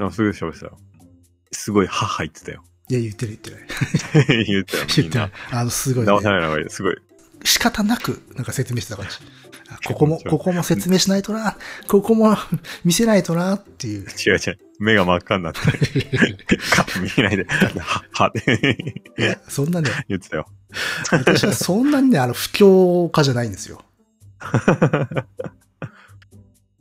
Speaker 1: あ、すぐ喋ってたよ。すごい歯入ってたよ。
Speaker 2: や、言ってる言ってない。
Speaker 1: 言ってたよ。
Speaker 2: 言
Speaker 1: み
Speaker 2: っ
Speaker 1: ん
Speaker 2: てない
Speaker 1: な。。
Speaker 2: あの、すごい、
Speaker 1: 騙さ
Speaker 2: ね。
Speaker 1: れないわけです。すごい。
Speaker 2: 仕方なく、なんか説明してた感じ。あここも、ここも説明しないとな、ここも 見せないとなっていう。
Speaker 1: 違う違う。目が真っ赤になって。 カップ見えないで。は、は って
Speaker 2: いやそんなね、
Speaker 1: 言ってたよ。
Speaker 2: 私はそんなにね、あの、不況家じゃないんですよ。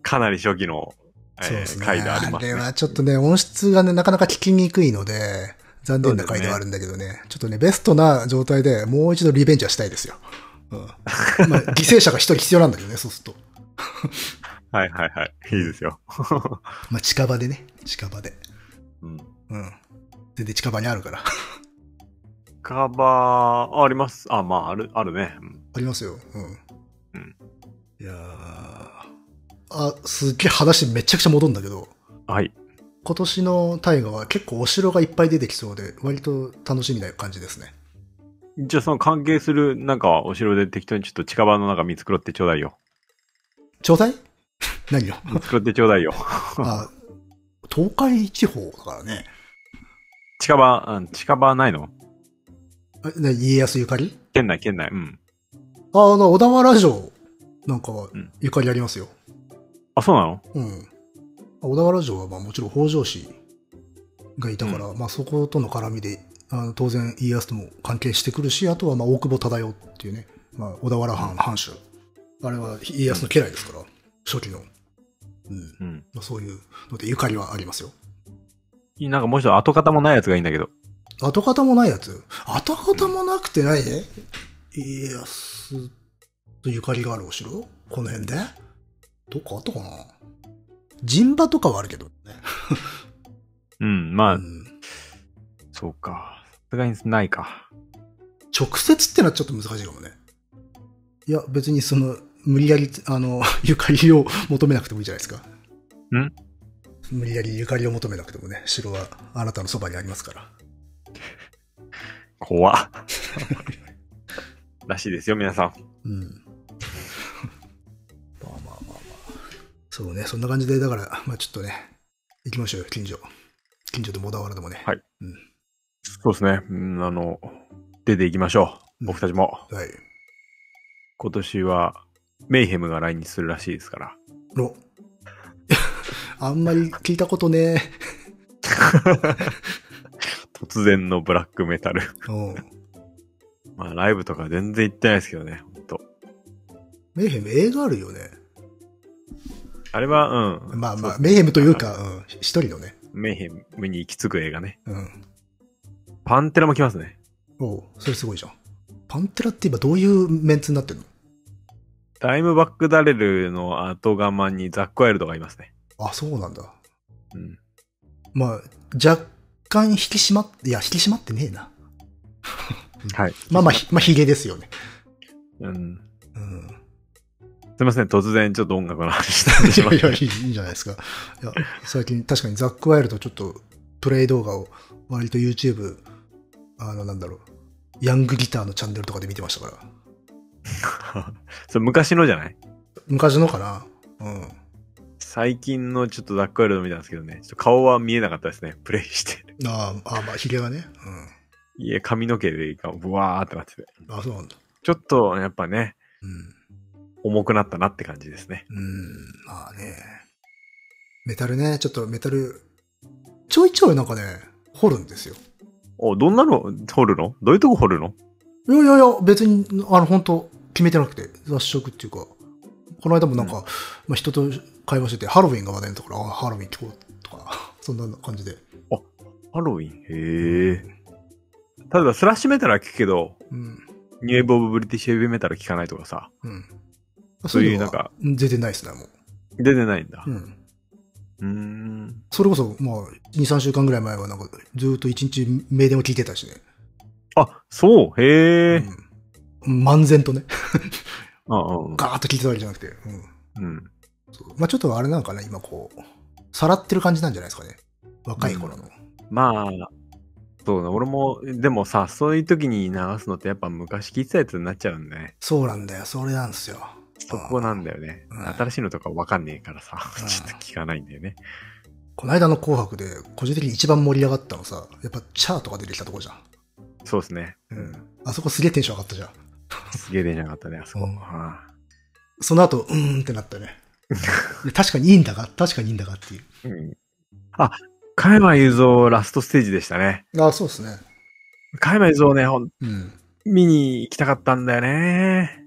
Speaker 1: かなり初期の、え
Speaker 2: そうで
Speaker 1: ー
Speaker 2: すね。
Speaker 1: 回であります、ね。
Speaker 2: れはちょっとね、音質がね、なかなか聞きにくいので、残念な回ではあるんだけどね、ちょっとね、ベストな状態でもう一度リベンジはしたいですよ。うん。まあ、犠牲者が一人必要なんだけどね、そうすると。
Speaker 1: はいはいはい。いいですよ。
Speaker 2: まあ、近場でね、近場で。
Speaker 1: うん。
Speaker 2: うん。全然近場にあるから。
Speaker 1: カバー、ああります。あ、まあ、ある、あるね。うん
Speaker 2: ありますよ。うん。
Speaker 1: うん
Speaker 2: いやーあ、すっげえ話めちゃくちゃ戻るんだけど、
Speaker 1: はい。
Speaker 2: 今年の大河は結構お城がいっぱい出てきそうで、割と楽しみな感じですね。
Speaker 1: じゃあその関係する、なんか、お城で適当にちょっと近場の中見繕ってちょうだいよ。
Speaker 2: ちょうだい何を
Speaker 1: 見繕ってちょうだいよ。
Speaker 2: あ、東海地方だからね。
Speaker 1: 近場、うん近場ないの
Speaker 2: あな家康ゆかり
Speaker 1: 県内、県内。うん。
Speaker 2: ああの、小田原城なんかは
Speaker 1: うん
Speaker 2: ゆかりありますよ。
Speaker 1: あ、そうなの
Speaker 2: うん。小田原城はまあもちろん北条氏がいたから、まあそことの絡みで、あの当然家康とも関係してくるし、あとはまあ大久保忠世っていうね、まあ小田原藩藩主。あれは家康の家来ですから、初期の。うん。
Speaker 1: うん。
Speaker 2: まあ、そういうのでゆかりはありますよ。
Speaker 1: なんかもう一度跡形もないやつがいいんだけど。
Speaker 2: 跡形もないやつ跡形もなくてないね家康とゆかりがあるお城この辺でどっかあったかな陣馬とかはあるけどね。
Speaker 1: うん、まあ、
Speaker 2: うん
Speaker 1: そうか。さすがにないか。
Speaker 2: 直接ってのはちょっと難しいかもね。いや、別にその、無理やり、あの、 ゆかりを求めなくてもいいじゃないですか。
Speaker 1: ん
Speaker 2: 無理やりゆかりを求めなくてもね、城はあなたのそばにありますから。
Speaker 1: 怖っらしいですよ、皆さん。
Speaker 2: うん。 まあまあまあまあ。そうね、そんな感じで、だから、まあちょっとね、行きましょうよ、近所。近所でも小田原でもね。
Speaker 1: はいそうですね。うん、あの、出ていきましょう。僕たちも。
Speaker 2: はい。
Speaker 1: 今年は、メイヘムが来日するらしいですから。
Speaker 2: の。 あんまり聞いたことね
Speaker 1: 突然のブラックメタ ル。
Speaker 2: え。うん。
Speaker 1: まあ、ライブとか全然行ってないですけどね。ほんと。
Speaker 2: メイヘム映画あるよね。
Speaker 1: あれは、うん。
Speaker 2: まあま
Speaker 1: そ
Speaker 2: あ、
Speaker 1: う
Speaker 2: メイヘムというか、うん、一人のね。
Speaker 1: メイヘムに行き着く映画ね。
Speaker 2: うん。
Speaker 1: パンテラも来ますね。
Speaker 2: おうそれすごいじゃん。パンテラって今どういうメンツになってるの
Speaker 1: タイムバックダレルの後釜にザックワイルドがいますね。
Speaker 2: あ、そうなんだ。
Speaker 1: うん。
Speaker 2: まあ、若干引き締まって、いや、引き締まってねえな。
Speaker 1: はい。
Speaker 2: まあまあ、ひまあ、ヒゲですよね。
Speaker 1: うん。
Speaker 2: うん。
Speaker 1: すいません。突然ちょっと音楽の話してしまっ
Speaker 2: いや
Speaker 1: た
Speaker 2: いや、いいいいじゃないですか。いや、最近確かにザックワイルドちょっとプレイ動画を割と YouTube、あの、なんだろう、ヤングギターのチャンネルとかで見てましたから。
Speaker 1: それ昔のじゃない
Speaker 2: 昔のかなうん。
Speaker 1: 最近のちょっとザックワイルド見たんですけどね。ちょっと顔は見えなかったですね。プレイして。
Speaker 2: あーあー、まあ、ヒゲがね。
Speaker 1: いえ、髪の毛でがブワーってなってて。
Speaker 2: うん。あそうなんだ。
Speaker 1: ちょっと、やっぱね、
Speaker 2: うん。
Speaker 1: 重くなったなって感じですね。
Speaker 2: うん、まあね。メタルね、ちょっとメタル、ちょいちょいなんかね、掘るんですよ。
Speaker 1: お、どんなの掘るのどういうとこ掘るの
Speaker 2: いやいやいや、別に、あの、本当決めてなくて、雑食っていうか、この間もなんか、まあ、人と会話してて、ハロウィンが話題のところ、あハロウィン行こうとか、 そんな感じで。
Speaker 1: ハロウィン。へえ。ただ、スラッシュメタルは聞くけど、
Speaker 2: うん。
Speaker 1: ニューエーブ・オブ・ブリティッシュ・ヘビーメタル聞かないとかさ、
Speaker 2: うん。
Speaker 1: そういうなん
Speaker 2: のは
Speaker 1: か、
Speaker 2: 出てないですね、もう。
Speaker 1: 出てないんだ
Speaker 2: う。ん。
Speaker 1: うーん。
Speaker 2: それこそ、まあ、2、3週間ぐらい前は、なんか、ずーっと一日名電を聞いてたしね。
Speaker 1: あ、そう、へえ。
Speaker 2: うん。漫然とね、
Speaker 1: あうん
Speaker 2: ガーッと聞いてたわけじゃなくて。う
Speaker 1: う
Speaker 2: ん。
Speaker 1: ん。
Speaker 2: そうまあ、ちょっとあれなのかな、今こう、さらってる感じなんじゃないですかね。若い頃の。
Speaker 1: まあ、そうだ、俺も、でもさ、そういう時に流すのってやっぱ昔聞いてたやつになっちゃうんだね。
Speaker 2: そうなんだよ、それなんですよ。
Speaker 1: そこなんだよね。
Speaker 2: うん
Speaker 1: 新しいのとかわかんねえからさ
Speaker 2: う、ん
Speaker 1: ちょっと聞かないんだよね。
Speaker 2: この間の紅白で、個人的に一番盛り上がったのさ、やっぱチャートが出てきたとこじゃん。
Speaker 1: そうですね。う。
Speaker 2: うんん。あそこすげえテンション上がったじゃん。
Speaker 1: すげえ出なかったね、あそこ。
Speaker 2: うん
Speaker 1: はあ
Speaker 2: その後、うーんってなった ね。で確かにいいんだが、確かにいいんだがっていう。
Speaker 1: うん。あ、加山雄三ラストステージでしたね。
Speaker 2: あそうですね。
Speaker 1: 加山雄三ね、ほん、
Speaker 2: うん。
Speaker 1: 見に行きたかったんだよね。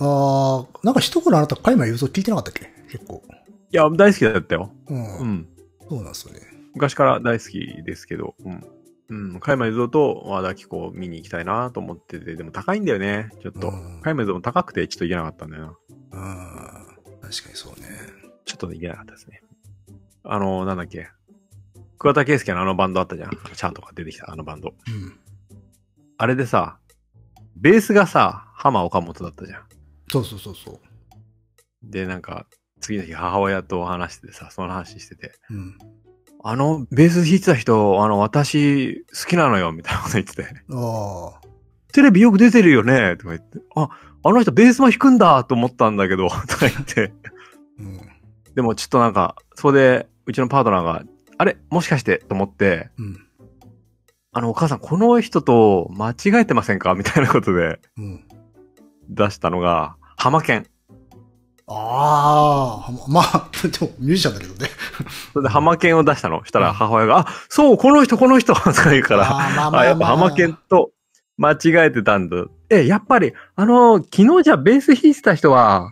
Speaker 2: あーなんか一頃あなた、加山雄三聞いてなかったっけ結構。
Speaker 1: いや、大好きだったよ。
Speaker 2: うん。
Speaker 1: うん。
Speaker 2: そうなんですよね。
Speaker 1: 昔から大好きですけど、うん。うん、加山雄三と和田貴子見に行きたいなと思ってて、でも高いんだよね、ちょっと。
Speaker 2: うん
Speaker 1: 加山雄三も高くてちょっと行けなかったんだよな。
Speaker 2: うん。確かにそうね。
Speaker 1: ちょっと行けなかったですね。あの、なんだっけ。桑田佳祐のあのバンドあったじゃん。チャートが出てきたあのバンド。
Speaker 2: うん。
Speaker 1: あれでさ、ベースがさ、浜岡本だったじゃん。
Speaker 2: そうそうそうそう。
Speaker 1: で、なんか、次の日母親と話しててさ、その話してて、
Speaker 2: うん。
Speaker 1: あの、ベース弾いてた人、あの、私、好きなのよ、みたいなこと言ってて、
Speaker 2: あ
Speaker 1: テレビよく出てるよね、とか言って、あ、あの人ベースも弾くんだ、 と思ったんだけど、とか言って、
Speaker 2: ーうん。
Speaker 1: でもちょっとなんか、そこで、うちのパートナーが、あれもしかしてと思って、
Speaker 2: うん。
Speaker 1: あの、お母さん、この人と間違えてませんかみ たいなことで
Speaker 2: うん。
Speaker 1: 出したのが、ハマケン。
Speaker 2: ああ、まあ、 でもミュージシャンだけどね。
Speaker 1: それでハマケンを出したの。したら母親が、あ、そう、この人、この人 とか言うから、
Speaker 2: あーまあ
Speaker 1: あ、やっぱハマケンと間違えてたんだ。え、やっぱり、あのー昨日じゃあベース弾いてた人は、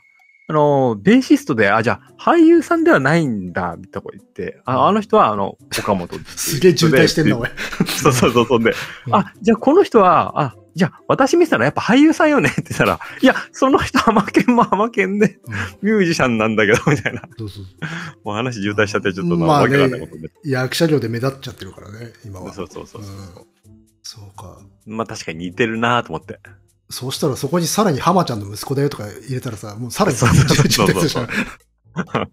Speaker 1: あのーベーシストで、あ、じゃあ俳優さんではないんだ、とか言って、ああの人は、あの、岡本っていう人で。
Speaker 2: すげえ渋滞してんな、
Speaker 1: って
Speaker 2: おい。
Speaker 1: そうそうそう、そんで
Speaker 2: う。ん
Speaker 1: あ、じゃあこの人は、あ、じゃあ私見せたらやっぱ俳優さんよねって言ったら、いや、その人ハマケンもハマケンで
Speaker 2: うん
Speaker 1: ミュージシャンなんだけど、みたいな。
Speaker 2: そうそう
Speaker 1: もう話渋滞しちゃって、ちょっとな
Speaker 2: まあ
Speaker 1: わけ
Speaker 2: ね
Speaker 1: わかんないことで。
Speaker 2: 役者業で目立っちゃってるからね、今は。
Speaker 1: そうそうそうう。
Speaker 2: んそうか。
Speaker 1: まあ確かに似てるなと思って。
Speaker 2: そうしたらそこにさらに浜ちゃんの息子だよとか入れたらさ、もうさらに
Speaker 1: そうそうそう
Speaker 2: 渋滞するじ ゃん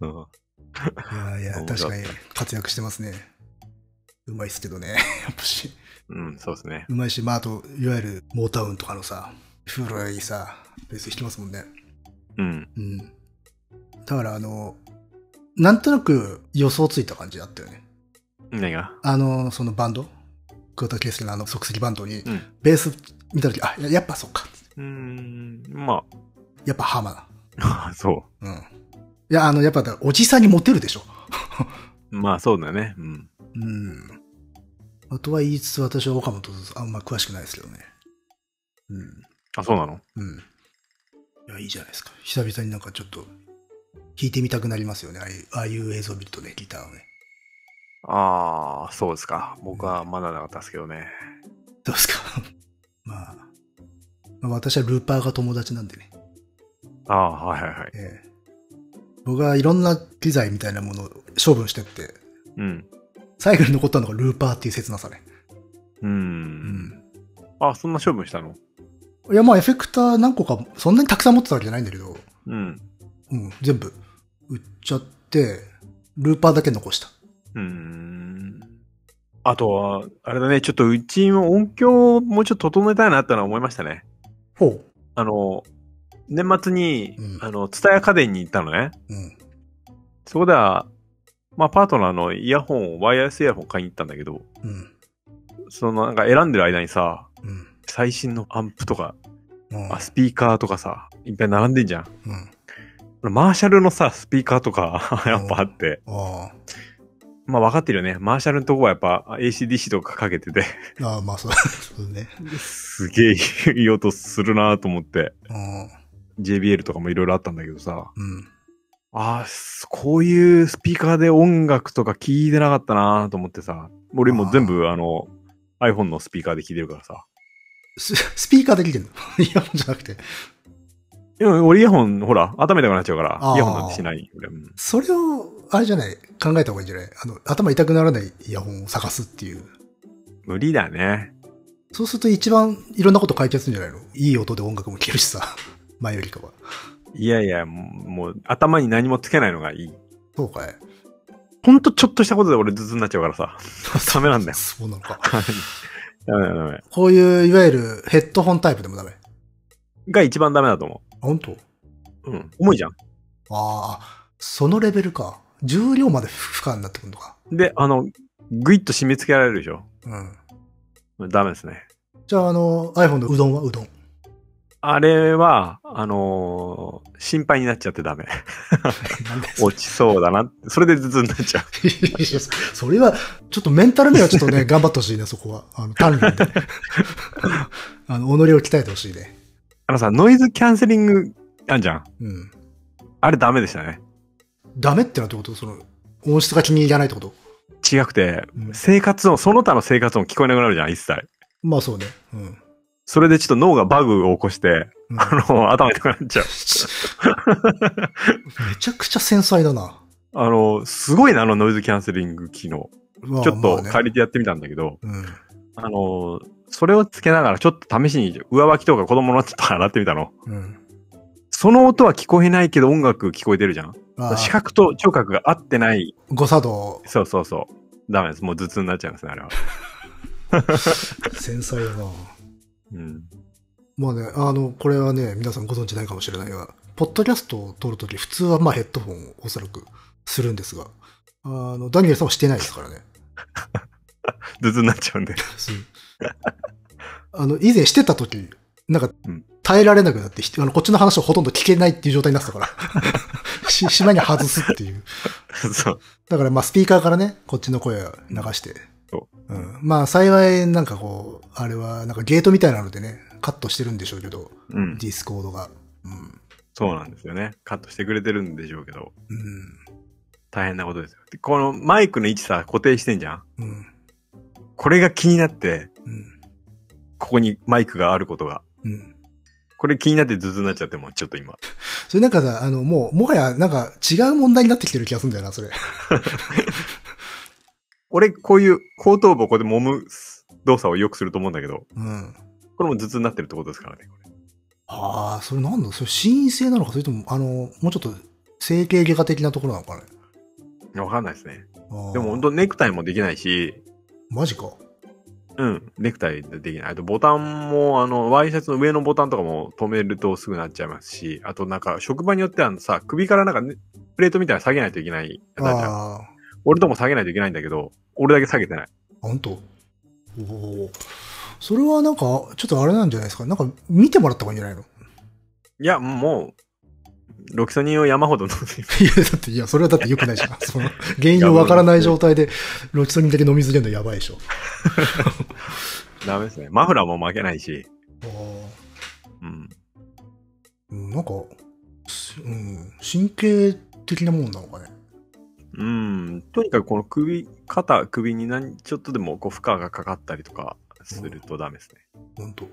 Speaker 1: うん。
Speaker 2: いやいや、
Speaker 1: 面白
Speaker 2: 確
Speaker 1: か
Speaker 2: か
Speaker 1: った
Speaker 2: に活躍してますね。うまいっすけどね。や っぱし。
Speaker 1: うん、そうですね。
Speaker 2: うまいし、まあ、あと、いわゆるモータウンとかのさ、古いさ、ベース弾きますもんね。
Speaker 1: うん。
Speaker 2: うん。だから、あの、なんとなく予想ついた感じだったよね。
Speaker 1: 何が
Speaker 2: あの、そのバンド桑田佳祐のあの即席バンドに、
Speaker 1: うん
Speaker 2: ベース見たとき、あ、ややっぱそうか。
Speaker 1: うーん、ま
Speaker 2: やっぱハマだ。
Speaker 1: あ、 そ
Speaker 2: うん。いや、あの、やっぱだ、おじさんにモテるでしょ。
Speaker 1: う。まあ、そうだね。うん。
Speaker 2: うん。あとは言いつつ、私は岡本ですあんま詳しくないですけどね。うん。
Speaker 1: あ、そうなの
Speaker 2: うん。いや、いいじゃないですか。久々になんかちょっと、弾いてみたくなりますよね。ああいうああいう映像を見るとね、ギターをね。
Speaker 1: ああ、そうですか。僕はまだなかったですけどね。
Speaker 2: どうですか まあ、まあ、私はルーパーが友達なんでね。
Speaker 1: ああ、はいはいはい。
Speaker 2: ええ僕はいろんな機材みたいなものを処分してって、
Speaker 1: うん。
Speaker 2: 最後に残ったのがルーパーっていう切なさね。
Speaker 1: う。
Speaker 2: うんん。
Speaker 1: あ、そんな処分したの
Speaker 2: いや、まあエフェクター何個か、そんなにたくさん持ってたわけじゃないんだけど、
Speaker 1: うん。
Speaker 2: うん、全部売っちゃって、ルーパーだけ残した。
Speaker 1: うーん。あとは、あれだね、ちょっとうちの音響をもうちょっと整えたいなってのは思いましたね。
Speaker 2: ほ
Speaker 1: あの、年末に、
Speaker 2: うん
Speaker 1: あの、蔦屋家電に行ったのね。
Speaker 2: う。うん。
Speaker 1: そこでは、まあ、パートナーのイヤホンを、ワイヤレスイヤホン買いに行ったんだけど、
Speaker 2: うん。
Speaker 1: そのなんか選んでる間にさ、
Speaker 2: うん。
Speaker 1: 最新のアンプとか、
Speaker 2: うん
Speaker 1: あスピーカーとかさ、いっぱい並んでんじゃん。
Speaker 2: うん。
Speaker 1: マーシャルのさ、スピーカーとか、 やっぱあって。
Speaker 2: あ
Speaker 1: まあ分かってるよね。マーシャルのとこはやっぱ ACDC とかかけてて、
Speaker 2: あ。ああ、まあそう そうね。
Speaker 1: すげえいい音するなと思って。
Speaker 2: うん。
Speaker 1: JBL とかもいろいろあったんだけどさ。
Speaker 2: うん。
Speaker 1: ああ、すこういうスピーカーで音楽とか聞いてなかったなと思ってさ。俺もう全部あの、iPhone のスピーカーで聞いてるからさ。
Speaker 2: ススピーカーできてんの イヤホンじゃなくて。
Speaker 1: でも俺イヤホン、ほら、頭痛くなっちゃうから
Speaker 2: あー、
Speaker 1: イヤホンなんてしない。俺うん
Speaker 2: それを、あれじゃない、考えた方がいいんじゃないあの、頭痛くならないイヤホンを探すっていう。
Speaker 1: 無理だね。
Speaker 2: そうすると一番いろんなこと解決するんじゃないのいい音で音楽も聴けるしさ。 前よりかは。
Speaker 1: いやいや、もう頭に何もつけないのがいい。
Speaker 2: そうかい。
Speaker 1: ほんとちょっとしたことで俺頭痛になっちゃうからさ。ダメなんだよ。
Speaker 2: そうなのか。
Speaker 1: ダメダメダメ。
Speaker 2: こういう、いわゆるヘッドホンタイプでもダメ。あ
Speaker 1: が一番ダメだと思
Speaker 2: 本当
Speaker 1: う。うん。重いじゃん。
Speaker 2: ああ、そのレベルか。重量まで負荷になってくるのか。
Speaker 1: で、あの、ぐいっと締め付けられるでしょ。
Speaker 2: うん。
Speaker 1: ダメですね。
Speaker 2: じゃあ、あの、iPhone のうどんは うどん。
Speaker 1: あれは、あのー心配になっちゃって ダメ。
Speaker 2: なんで
Speaker 1: 落ちそうだな。それで頭痛になっちゃう。
Speaker 2: いや それは、ちょっとメンタル面はちょっとね、頑張ってほしいね、そこは。あの、鍛錬で。 あの、己を鍛えてほしいね。
Speaker 1: あのさ、ノイズキャンセリングあんじゃん。
Speaker 2: うん。
Speaker 1: あれダメでしたね。
Speaker 2: ダメってなってことその、音質が気に入らないってこと
Speaker 1: 違くて、
Speaker 2: うん
Speaker 1: 生活音、その他の生活音聞こえなくなるじゃん、一切。
Speaker 2: まあそうね。うん。
Speaker 1: それでちょっと脳がバグを起こして、
Speaker 2: うん
Speaker 1: あの、頭痛くなっちゃう。
Speaker 2: めちゃくちゃ繊細だな。
Speaker 1: あの、すごいな、あのノイズキャンセリング機能。
Speaker 2: まあ
Speaker 1: ちょっと借り
Speaker 2: り。
Speaker 1: てやってみたんだけど、
Speaker 2: うん。
Speaker 1: あの、それをつけながらちょっと試しに上履きとか子供のちょっと洗ってみたの。
Speaker 2: うん。
Speaker 1: その音は聞こえないけど音楽聞こえてるじゃん。
Speaker 2: あ
Speaker 1: 視覚と聴覚が合ってない。
Speaker 2: 誤作動、
Speaker 1: そうそうそう。ダメです。もう頭痛になっちゃいますね、あれは。
Speaker 2: 繊細だな。
Speaker 1: うん。
Speaker 2: まあね、あの、これはね、皆さんご存知ないかもしれないが、ポッドキャストを撮るとき、普通はまあヘッドホンをおそらくするんですが、あの、ダニエルさんはしてないですからね。
Speaker 1: 頭痛になっちゃうんで。
Speaker 2: あの、以前してた時、なんか
Speaker 1: うん、
Speaker 2: 耐えられなくなって、ひあのこっちの話をほとんど聞けないっていう状態になってたから。 し、しまいに外すっていう。
Speaker 1: そう。
Speaker 2: だからまあスピーカーからね、こっちの声を流して。
Speaker 1: そ
Speaker 2: うん。まあ幸いなんかこう、あれはなんかゲートみたいなのでね、カットしてるんでしょうけど、
Speaker 1: うん。
Speaker 2: ディスコードが。うん。
Speaker 1: そうなんですよね。カットしてくれてるんでしょうけど、
Speaker 2: うん。
Speaker 1: 大変なことですよ。でこのマイクの位置さ、固定してんじゃん
Speaker 2: うん。
Speaker 1: これが気になって、
Speaker 2: うん。
Speaker 1: ここにマイクがあることが。
Speaker 2: うん。
Speaker 1: これ気になって頭痛になっちゃっても、ちょっと今。
Speaker 2: それなんかさ、あの、もう、もはやなんか違う問題になってきてる気がするんだよな、それ。
Speaker 1: 俺、こういう後頭部をこうやって揉む動作をよくすると思うんだけど、
Speaker 2: うん。
Speaker 1: これも頭痛になってるってことですからね。これ
Speaker 2: ああ、それなんだそれ神聖なのかそれとも、あの、もうちょっと整形外科的なところなのかね
Speaker 1: いやわかんないですね。
Speaker 2: あー
Speaker 1: でも本当ネクタイもできないし、
Speaker 2: マジか。
Speaker 1: うん、ネクタイでできない。あとボタンも、あの、ワイシャツの上のボタンとかも止めるとすぐなっちゃいますし、あとなんか、職場によってはさ、首からなんかね、プレートみたいなの下げないといけないやつあるじゃん。
Speaker 2: ああー、
Speaker 1: 俺とも下げないといけないんだけど、俺だけ下げてない。
Speaker 2: 本当おお。それはなんか、ちょっとあれなんじゃないですか。なんか、見てもらった方がいいんじゃないの
Speaker 1: いや、もう、ロキソニンを山ほど飲んでいます
Speaker 2: いや、だって、いや、それはだって良くないじ ゃん。その、原因をわからない状態で、ロキソニンだけ飲み続けるのやばいでしょ。
Speaker 1: ダメですね。マフラーも負けないし、
Speaker 2: あー
Speaker 1: うん。
Speaker 2: うんなんか、すうん、神経的なもんなのかね。
Speaker 1: うん。とにかくこの首、肩、首に何、ちょっとでもこう負荷がかかったりとかするとダメですね。
Speaker 2: 本当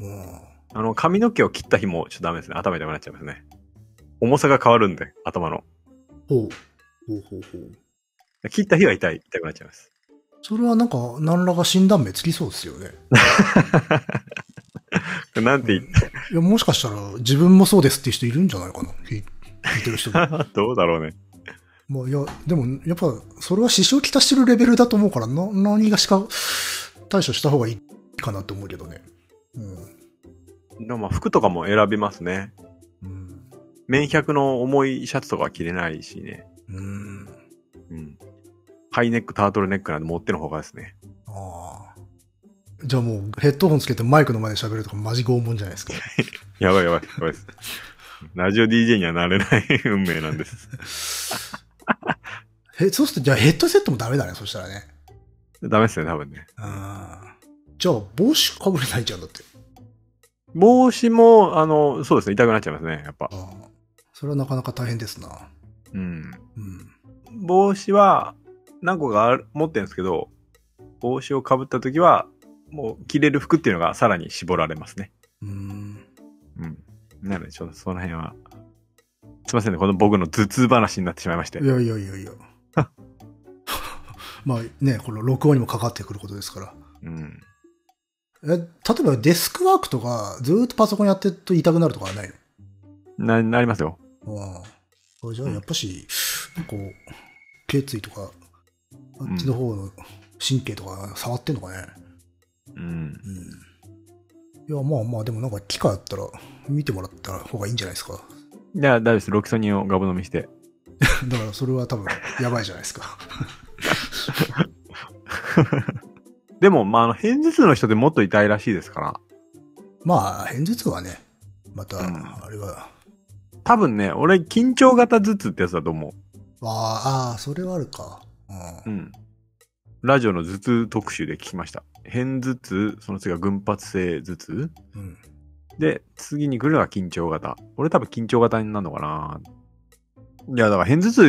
Speaker 2: うん。
Speaker 1: あの、髪の毛を切った日もちょっとダメですね。頭痛くなっちゃいますね。重さが変わるんで、頭の。
Speaker 2: ほう。ほうほうほう。
Speaker 1: 切った日は痛い、痛くなっちゃいます。
Speaker 2: それはなんか、何らか診断名つきそうですよね。
Speaker 1: なんて言っ
Speaker 2: いや、もしかしたら、自分もそうですっていう人いるんじゃないかな。聞い聞いてる人で。
Speaker 1: たらどうだろうね。
Speaker 2: まあ、いや、でも、やっぱ、それは支障きたしてるレベルだと思うから、な、何がしか対処した方がいいかなと思うけどね。うん。
Speaker 1: でもまあ服とかも選びますね。
Speaker 2: うん。
Speaker 1: 綿100の重いシャツとかは着れないしね。
Speaker 2: うん。
Speaker 1: うん。ハイネック、タートルネックなんで持ってのほかですね。
Speaker 2: ああ。じゃあもう、ヘッドホンつけてマイクの前で喋るとか、マジ拷問じゃないですか。
Speaker 1: やばいやばい、やばいです。ラジオ DJ にはなれない 運命なんです。
Speaker 2: へ、そうすると、じゃあヘッドセットもダメだね、そしたらね。
Speaker 1: ダメですね、多分ね。
Speaker 2: うん。じゃあ、帽子かぶれないじゃん、だって。
Speaker 1: 帽子も、あの、そうですね、痛くなっちゃいますね、やっぱ。
Speaker 2: ああ。それはなかなか大変ですな。
Speaker 1: うん。
Speaker 2: うん。
Speaker 1: 帽子は何個かある持ってるんですけど、帽子をかぶった時は、もう着れる服っていうのがさらに絞られますね。
Speaker 2: うん。
Speaker 1: うん。なので、ちょっとその辺は。すいませんね、この僕の頭痛話になってしまいまして
Speaker 2: い。やいやいやいや。まあね、この録音にもかかってくることですから。
Speaker 1: うん。
Speaker 2: え、例えばデスクワークとか、ずーっとパソコンやってると痛くなるとかはない
Speaker 1: な、なりますよ。
Speaker 2: のああ。これじゃあ、
Speaker 1: うん
Speaker 2: やっぱし、こう、頸椎とか、あっちの方の神経とか触ってんのかね。
Speaker 1: うん。
Speaker 2: うん。いや、まあまあ、でもなんか機械あったら、見てもらった方がいいんじゃないですか。
Speaker 1: じゃあ、大丈夫です。ロキソニンをガブ飲みして。
Speaker 2: だからそれは多分、やばいじゃないですか。
Speaker 1: でも、まあ、あの、偏頭痛の人でもっと痛いらしいですから。
Speaker 2: まあ、偏頭痛はね、また、
Speaker 1: うん
Speaker 2: あれは、
Speaker 1: 多分ね、俺、緊張型頭痛ってやつだと思
Speaker 2: あーあー、それはあるか。うん
Speaker 1: う。うん。ラジオの頭痛特集で聞きました。偏頭痛、その次が群発性頭痛
Speaker 2: うん。
Speaker 1: で、次に来るのが緊張型。俺多分緊張型になるのかないや、だから偏頭痛、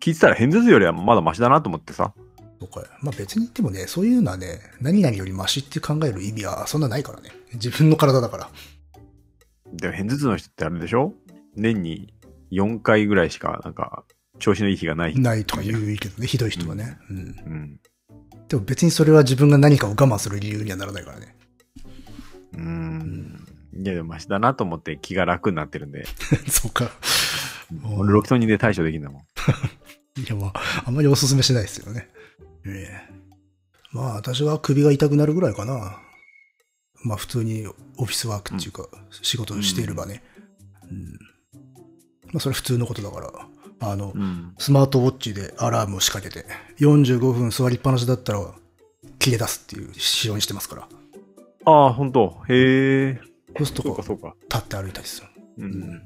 Speaker 1: 聞いてたら偏頭痛よりはまだマシだなと思ってさ。
Speaker 2: そうか。まあ別に言ってもね、そういうのはね、何々よりマシって考える意味はそんなないからね。自分の体だ から。
Speaker 1: でも偏頭痛の人ってあれでしょ年に4回ぐらいしか、なんか、調子のいい日がない。
Speaker 2: ないとか言うけどね、ひどい人はね。うん。
Speaker 1: うん。
Speaker 2: でも別にそれは自分が何かを我慢する理由にはならないからね。
Speaker 1: うーん。いや、でもマシだなと思って気が楽になってるんで。
Speaker 2: そうか。も
Speaker 1: 俺、
Speaker 2: う
Speaker 1: ロキソニンで対処できるんだもん。
Speaker 2: いや、まあ、あんまりおすすめしないですよね。ええまあ私は首が痛くなるぐらいかな。まあ普通にオフィスワークっていうか、仕事をしていればね。うん。まあそれは普通のことだから。あの、
Speaker 1: うん。
Speaker 2: スマートウォッチでアラームを仕掛けて、45分座りっぱなしだったら、切れ出すっていう仕様にしてますから。
Speaker 1: ああ、本当へえ。
Speaker 2: そうす
Speaker 1: そう
Speaker 2: ると
Speaker 1: か、
Speaker 2: こ
Speaker 1: そうか。
Speaker 2: う、立って歩いたりする。
Speaker 1: う。
Speaker 2: うんん。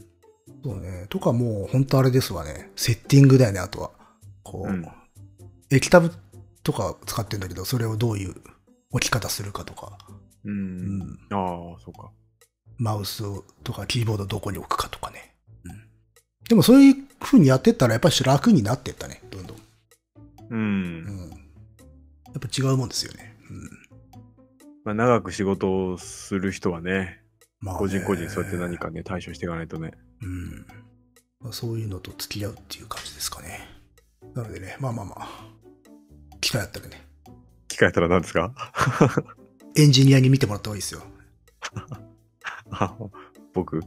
Speaker 2: そうね。とかもう、本当あれですわね。セッティングだよね、あとは。こう、
Speaker 1: うん
Speaker 2: 液タブとか使ってんだけど、それをどういう置き方するかとか、
Speaker 1: う。
Speaker 2: うんん。
Speaker 1: ああ、そうか。
Speaker 2: マウスをとかキーボードをどこに置くかとかね。うん。でもそういう風にやってったら、やっぱり楽になってったね、どんどん。
Speaker 1: う。
Speaker 2: うんん。やっぱ違うもんですよね。うん。
Speaker 1: まあ、長く仕事をする人はね、
Speaker 2: まあね
Speaker 1: 個人個人そうやって何かね、対処していかないとね。
Speaker 2: うん。まあ、そういうのと付き合うっていう感じですかね。なのでね、まあまあまあ、機会あったらね、
Speaker 1: 聞かれたら何ですか
Speaker 2: エンジニアに見てもらった方がいいですよ。
Speaker 1: あ僕う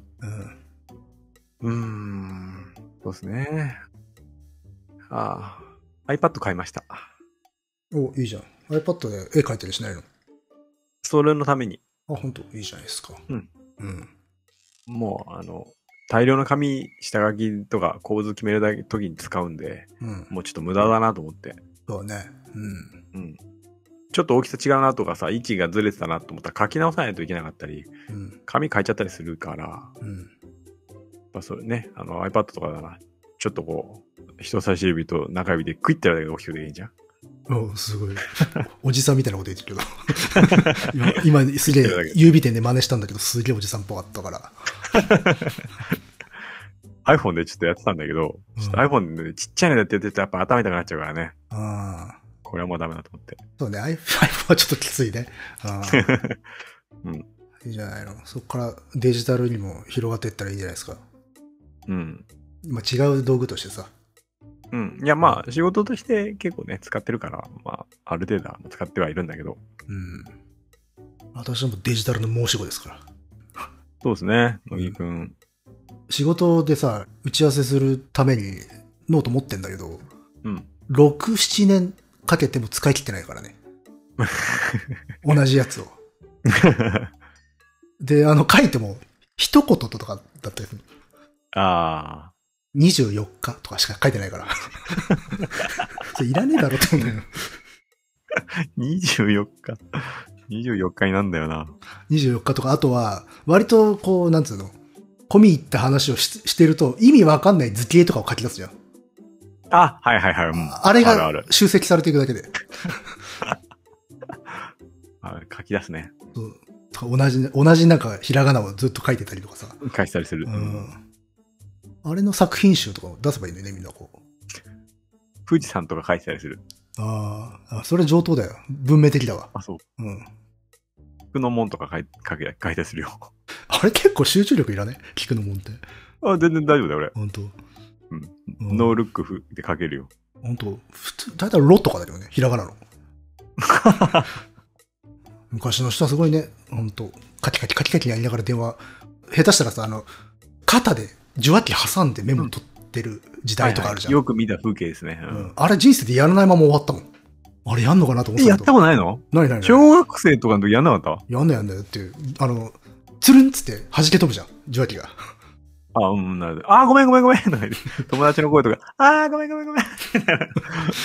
Speaker 2: うん。
Speaker 1: ーん。そうですね。ああ、iPad 買いました。
Speaker 2: お、いいじゃん。iPad で絵描いたりしないの
Speaker 1: それのために、
Speaker 2: あ、本当いいじゃないですか。
Speaker 1: うん。
Speaker 2: うん。
Speaker 1: もう、あの、大量の紙、下書きとか構図決めるだけ時に使うんで、
Speaker 2: うん。
Speaker 1: もうちょっと無駄だなと思って。
Speaker 2: そうね。うん。
Speaker 1: うん。ちょっと大きさ違うなとかさ、位置がずれてたなと思ったら書き直さないといけなかったり、
Speaker 2: うん。
Speaker 1: 紙変えちゃったりするから、や
Speaker 2: うん。
Speaker 1: っぱそれね、あの iPad とかだな、ちょっとこう、人差し指と中指でクイッてやるだけが大きくでいいじゃん。
Speaker 2: おすごい。 おじさんみたいなこと言ってるけど。 今、今すげえ
Speaker 1: 言ってるだ、け
Speaker 2: 指でね、真似したんだけど、すげえおじさんっぽかったから。
Speaker 1: iPhone でちょっとやってたんだけど、
Speaker 2: うん
Speaker 1: ちょっと iPhone でちっちゃいのやってやってるとやっぱ頭痛くなっちゃうからね。
Speaker 2: ああ。
Speaker 1: これはもうダメだと思って。
Speaker 2: そうね、iPhone iPhone はちょっときついね。あー
Speaker 1: うん
Speaker 2: いいじゃないの。そこからデジタルにも広がっていったらいいんじゃないですか。
Speaker 1: うん。
Speaker 2: まあ、違う道具としてさ。
Speaker 1: うん。いや、まあ、仕事として結構ね、使ってるから、まあ、ある程度は使ってはいるんだけど。
Speaker 2: うん。私はもうデジタルの申し子ですから。
Speaker 1: そうですね、乃木くん。
Speaker 2: 仕事でさ、打ち合わせするためにノート持ってんだけど、
Speaker 1: うん。
Speaker 2: 6、7年かけても使い切ってないか らね。同じやつを。で、あの、書いても、一言とかだったりする。
Speaker 1: ああ。
Speaker 2: 24日とかしか書いてないから。 それいらねえだろって思うんだよ。
Speaker 1: 24日。24日になんだよな。
Speaker 2: 24日とか、あとは、割とこう、なんつうの、込み入った話をししてると、意味わかんない図形とかを書き出すじゃん。
Speaker 1: あ、はいはいはい。うん
Speaker 2: あれ
Speaker 1: あるあ
Speaker 2: が
Speaker 1: る
Speaker 2: 集積されていくだけで。
Speaker 1: あ書き出すね。
Speaker 2: そうとか同じ、同じなんか、ひらがなをずっと書いてたりとかさ。
Speaker 1: 返したりする。
Speaker 2: うん。あれの作品集とかも出せばいいんだよね、みんなこう。
Speaker 1: 富士山とか返したりする。
Speaker 2: あーあ、それ上等だよ。文明的だわ。
Speaker 1: あ、そう。
Speaker 2: うん。
Speaker 1: 菊の門とか書い書け書いたりするよ。
Speaker 2: あれ結構集中力いらね聞くのもんって。
Speaker 1: あ、全然大丈夫だよ、俺。
Speaker 2: 本当
Speaker 1: うん。
Speaker 2: うん
Speaker 1: ノールックフで書けるよ。
Speaker 2: 本当普通、だいたいロとかだけどね、ひらがなの。昔の人はすごいね、本当カキカキカキカキやりながら電話、下手したらさ、あの、肩で受話器挟んでメモ取ってる時代とかあるじゃ
Speaker 1: は
Speaker 2: ん。
Speaker 1: いはいよく見た風景ですね。うん
Speaker 2: うん、あれ人生でやらないまま終わったもん。あれやんのかなと思っ
Speaker 1: え、
Speaker 2: て
Speaker 1: や
Speaker 2: た
Speaker 1: っ
Speaker 2: け
Speaker 1: た
Speaker 2: ど。
Speaker 1: ことないの
Speaker 2: ないないない。
Speaker 1: 小学生とかの時やんなかっ
Speaker 2: やんなやんなよっていう、あの、つるんっつって弾け飛ぶじゃん、受話器が。
Speaker 1: たあ、うん、なるほど。あ、ごめんごめんごめん。 とか言って友達の声とか、あー、ごめんごめんご めん。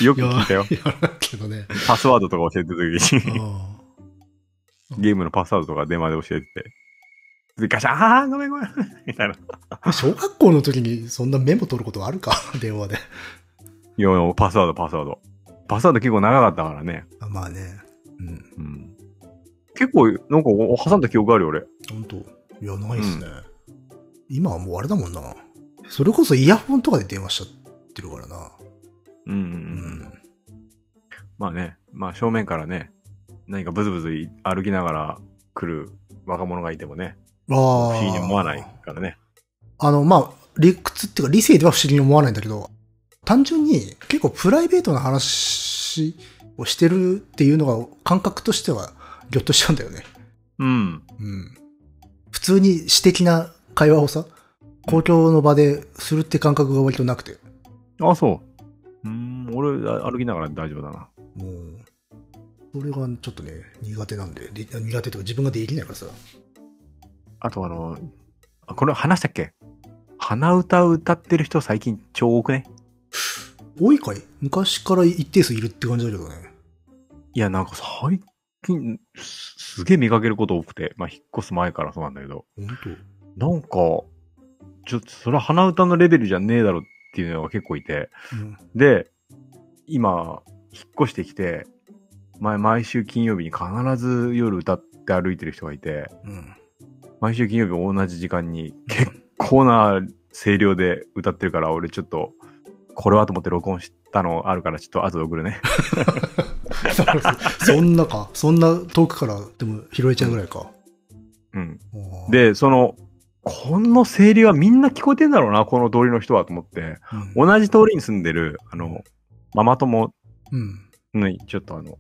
Speaker 1: よく聞いたよ。
Speaker 2: いや、だけどね。
Speaker 1: パスワードとか教えてる時に。
Speaker 2: あ
Speaker 1: ゲームのパスワードとか電話で教えてて。で、ガシャン、あーごめんごめ ん。みたいな。い
Speaker 2: あ小学校の時にそんなメモ取ることあるか 電話で。
Speaker 1: やいや、パスワード、パスワード。パスワード結構長かったからね。
Speaker 2: あまあね。うん。
Speaker 1: うん。結構、なんかお、挟んだ記憶あるよ、俺。
Speaker 2: 本当いや、ないっすね。今はもうあれだもんな。それこそイヤホンとかで電話しちゃってるからな。
Speaker 1: うん、うんう。。
Speaker 2: うん
Speaker 1: まあね、まあ正面からね、何かブズブズい歩きながら来る若者がいてもね、不
Speaker 2: ああ。
Speaker 1: 思議に思わない。からね。
Speaker 2: あの、まあ、理屈っていうか理性では不思議に思わないんだけど、単純に結構プライベートな話をしてるっていうのが感覚としてはぎょっとしちゃうんだよね。
Speaker 1: うん。
Speaker 2: うん。普通に私的な会話をさ、公共の場でするって感覚が割となくて。
Speaker 1: あ、そう。うーん、俺、あ歩きながら大丈夫だな。
Speaker 2: もう、それがちょっとね、苦手なんで、で苦手とか自分ができないからさ。
Speaker 1: あと、あの、あこれ話したっけ鼻歌を歌ってる人最近超多くね
Speaker 2: 多いかい昔から一定数いるって感じだけどね。
Speaker 1: いや、なんか最近すすげえ見かけること多くて、まあ引っ越す前からそうなんだけど、
Speaker 2: 本
Speaker 1: なんか、ちょっとそれは鼻歌のレベルじゃねえだろっていうのが結構いて、
Speaker 2: 当。うん。
Speaker 1: で、今、引っ越してきて、前、毎週金曜日に必ず夜歌って歩いてる人がいて、
Speaker 2: うん。
Speaker 1: 毎週金曜日同じ時間に結構な声量で歌ってるから、俺ちょっと、これはと思って録音したのあるから、ちょっと後で送るね。
Speaker 2: そんなか。そんな遠くからでも拾えちゃうぐらいか。
Speaker 1: うん。
Speaker 2: おー、
Speaker 1: で、その、この声量はみんな聞こえてんだろうな、この通りの人はと思って、
Speaker 2: うん
Speaker 1: 同じ通りに住んでる、あの、ママ友
Speaker 2: うん。
Speaker 1: にちょっとあの、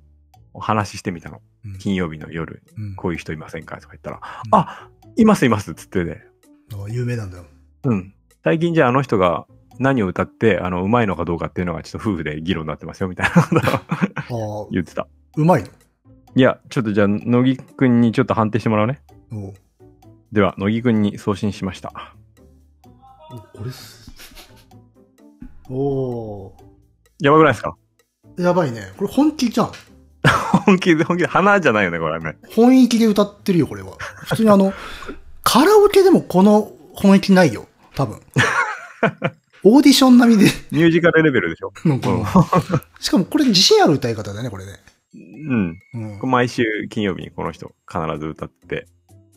Speaker 1: お話ししてみたの。
Speaker 2: うん
Speaker 1: 金曜日の夜、
Speaker 2: うん
Speaker 1: こういう人いませんかとか言ったら、
Speaker 2: うん
Speaker 1: あいますいますっつってね。
Speaker 2: あ有名なんだよ。
Speaker 1: うん。最近じゃああの人が何を歌って、あの、うまいのかどうかっていうのがちょっと夫婦で議論になってますよ、みたいなことを
Speaker 2: ああ、
Speaker 1: 言ってた。
Speaker 2: うまい
Speaker 1: いや、ちょっとじゃあ、乃木くんにちょっと判定してもらうね。
Speaker 2: の。おー
Speaker 1: では、乃木くんに送信しました。
Speaker 2: これす。お
Speaker 1: やばくないですか
Speaker 2: ーやばいね。これ本気じゃん。
Speaker 1: 本気で、本気で、花じゃないよね、これはね。
Speaker 2: 本域で歌ってるよ、これは。普通に あの、カラオケでもこの本域ないよ。多分。オーディション並みで、
Speaker 1: ミュージカルレベルでしょ。
Speaker 2: の このしかもこれ自信ある歌い方だね、これね。
Speaker 1: うん。
Speaker 2: うん。
Speaker 1: 毎週金曜日にこの人、必ず歌って。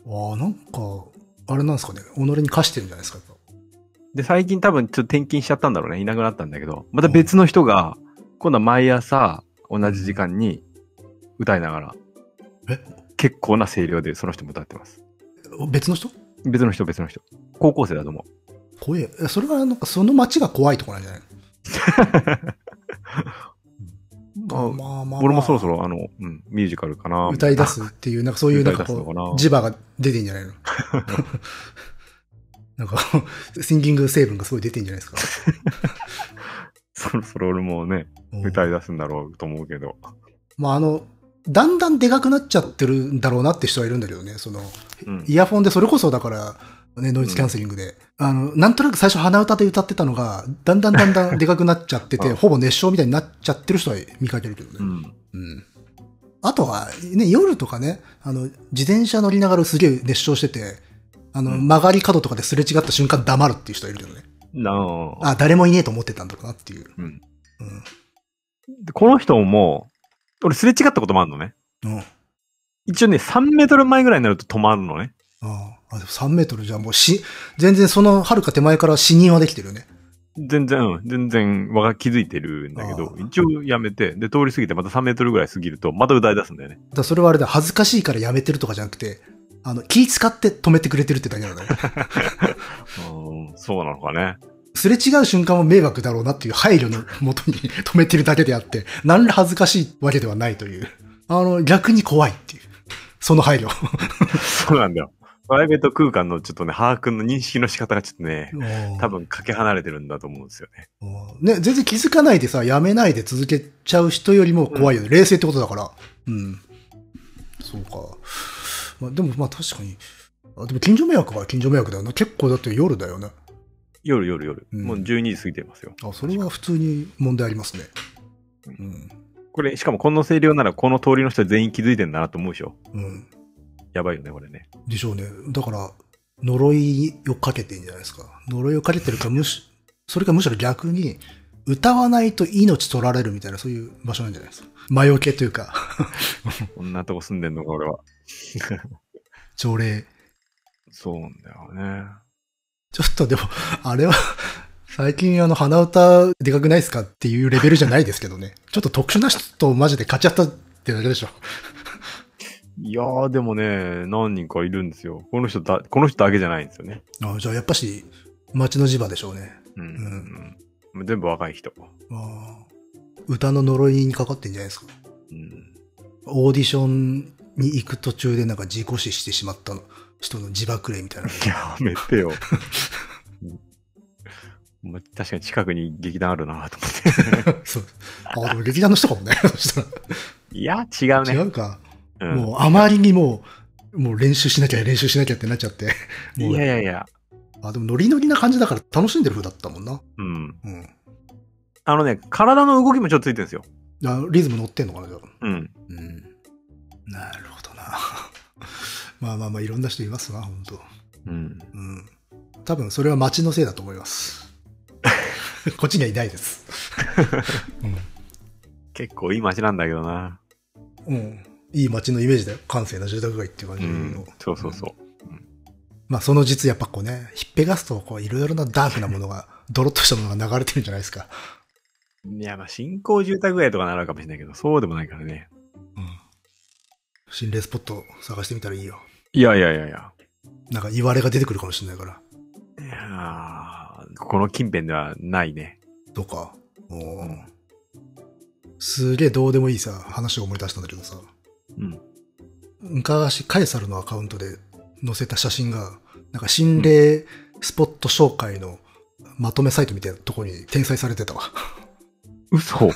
Speaker 2: ああ、なんか、あれなんですかね。己に課してるんじゃないですか。やっ
Speaker 1: で、最近多分ちょっと転勤しちゃったんだろうね。いなくなったんだけど、また別の人が、今度は毎朝同じ時間に歌いながら、
Speaker 2: え
Speaker 1: 結構な声量でその人も歌ってます。
Speaker 2: ぱ別の人
Speaker 1: 別の人、別の人。高校生だと思う。
Speaker 2: 怖え。えそれがなんかその街が怖いとこなんじゃない
Speaker 1: あ
Speaker 2: まあまあ
Speaker 1: 俺もそろそろあの、うん、ミュージカルかな。
Speaker 2: 歌い 出すっていう、なんかそういうなんか
Speaker 1: 歌い出すのか
Speaker 2: こ
Speaker 1: な
Speaker 2: う、磁場が出てんじ ゃないのなんか、 シンギング成分がすごい出てんじゃないですか。
Speaker 1: そろそろ俺もね、
Speaker 2: うん
Speaker 1: 歌い出すんだろうと思うけど。
Speaker 2: まああの、だんだんでかくなっちゃってるんだろうなって人はいるんだけどね、その、
Speaker 1: うん
Speaker 2: イヤフォンでそれこそだから、ね、ノイズキャンセリングで、あの、なんとなく最初鼻歌で歌ってたのが、だんだんだんだんでかくなっちゃってて、
Speaker 1: うん
Speaker 2: ほぼ熱唱みたいになっちゃってる人は見かけるけどね。
Speaker 1: うん。
Speaker 2: うんあとは、ね、夜とかね、あの、自転車乗りながらすげえ熱唱してて、あの、
Speaker 1: うん
Speaker 2: 曲がり角とかですれ違った瞬間黙るっていう人いるけどね。
Speaker 1: なあ。
Speaker 2: あ、誰もいねえと思ってたんだろうなっていう。
Speaker 1: うん
Speaker 2: うん。
Speaker 1: でこの人も、俺すれ違ったこともあるのね。
Speaker 2: うん。あ
Speaker 1: 一応ね、3メートル前ぐらいになると止まるのね。
Speaker 2: あ、あでも3メートルじゃもうし、全然その遥か手前から死人はできてるよね。
Speaker 1: 全然、うん全然、我が気づいてるんだけど
Speaker 2: あ、
Speaker 1: 一応やめて、で、通り過ぎてまた3メートルぐらい過ぎると、また歌い出すんだよね。
Speaker 2: だからそれはあれだ、恥ずかしいからやめてるとかじゃなくて、あの、気使って止めてくれてるってだけなんだよね。
Speaker 1: うん、そうなのかね。
Speaker 2: すれ違う瞬間も迷惑だろうなっていう配慮のもとに 止めてるだけであって、何ら恥ずかしいわけではないという。あの、逆に怖いっていう。その配慮。
Speaker 1: そうなんだよ。プライベート空間のちょっとね、把握の認識の仕方がちょっとね、多
Speaker 2: 多
Speaker 1: 分かけ離れてるんだと思うんですよね。
Speaker 2: ね、全然気づかないでさ、やめないで続けちゃう人よりも怖いよね。冷静ってことだから。うん。そうか。まあ、でもまあ確かに。あでも近所迷惑は近所迷惑だよな。結構だって夜だよね。
Speaker 1: 夜夜夜、
Speaker 2: うん
Speaker 1: もう12時過ぎてますよ。
Speaker 2: あ、それは普通に問題ありますね。
Speaker 1: う
Speaker 2: うん。
Speaker 1: これ、しかもこの声量ならこの通りの人全員気づいてんだなと思うでしょ。
Speaker 2: うん。
Speaker 1: やばいよね、これね。
Speaker 2: でしょうね。だから、呪いをかけてんじゃないですか。呪いをかけてるか、むし、それかむしろ逆に、歌わないと命取られるみたいな、そういう場所なんじゃないですか。魔除けというか、
Speaker 1: こんなとこ住んでんのか、俺は。
Speaker 2: 条例。
Speaker 1: そうなんだよね。
Speaker 2: ちょっとでも、 あれは、最近あの、鼻歌でかくないですかっていうレベルじゃないですけどね。ちょっと特殊な人とマジで勝ち合ったってだけでしょ。
Speaker 1: いやー、でもね、何人かいるんですよ。この人だ、この人だけじゃないんですよね。
Speaker 2: あじゃあやっぱし、街の磁場でしょうね。
Speaker 1: うんうん、全部若い人、
Speaker 2: あー歌の呪いにかかってんじゃないですか。
Speaker 1: うん、
Speaker 2: オーディションに行く途中でなんか自己死してしまったの人の自爆霊みた いな。
Speaker 1: やめて ようんま確かに近くに劇団あるなと思って
Speaker 2: そう。あ、でも劇団の人かもね。そした
Speaker 1: いや違う
Speaker 2: ら。
Speaker 1: ね
Speaker 2: 違うか。
Speaker 1: うん
Speaker 2: もうあまりにも、もう練習しなきゃ練習しなきゃってなっちゃって。もう
Speaker 1: いやいやいや
Speaker 2: あ、でもノリノリな感じだから楽しんでる風だったもんな。
Speaker 1: うん。
Speaker 2: うん。
Speaker 1: あのね、体の動きもちょっとついてるんですよ。
Speaker 2: あリズム乗ってんのかな、じゃあ。
Speaker 1: うん。
Speaker 2: うん。なるほどな。 まあまあまあ、いろんな人いますな、本当
Speaker 1: うん。
Speaker 2: うん。多分それは町のせいだと思います。こっちにはいないです。
Speaker 1: 結構いい街なんだけどな。
Speaker 2: うん。うん。いい町のイメージだよ。閑静な住宅街っていう感
Speaker 1: う
Speaker 2: じの。
Speaker 1: ん。そうそうそう。
Speaker 2: まあその実やっぱこうね、ひっぺがすとこういろいろなダークなものが、 ドロッとしたものが流れてるんじゃないですか。
Speaker 1: いや、まあ、新興住宅街とかなるかもしれないけど、そうでもないからね。
Speaker 2: うん。心霊スポット探してみたらいいよ。
Speaker 1: いやいやいやいや。
Speaker 2: なんか言われが出てくるかもしれないから。
Speaker 1: いやーここの近辺ではないね。
Speaker 2: どうか。おーすげえどうでもいいさ、話を思い出したんだけどさ。
Speaker 1: うん。
Speaker 2: 昔、カエサルのアカウントで載せた写真が、なんか心霊スポット紹介のまとめサイトみたいなとこに転載されてたわ。
Speaker 1: 嘘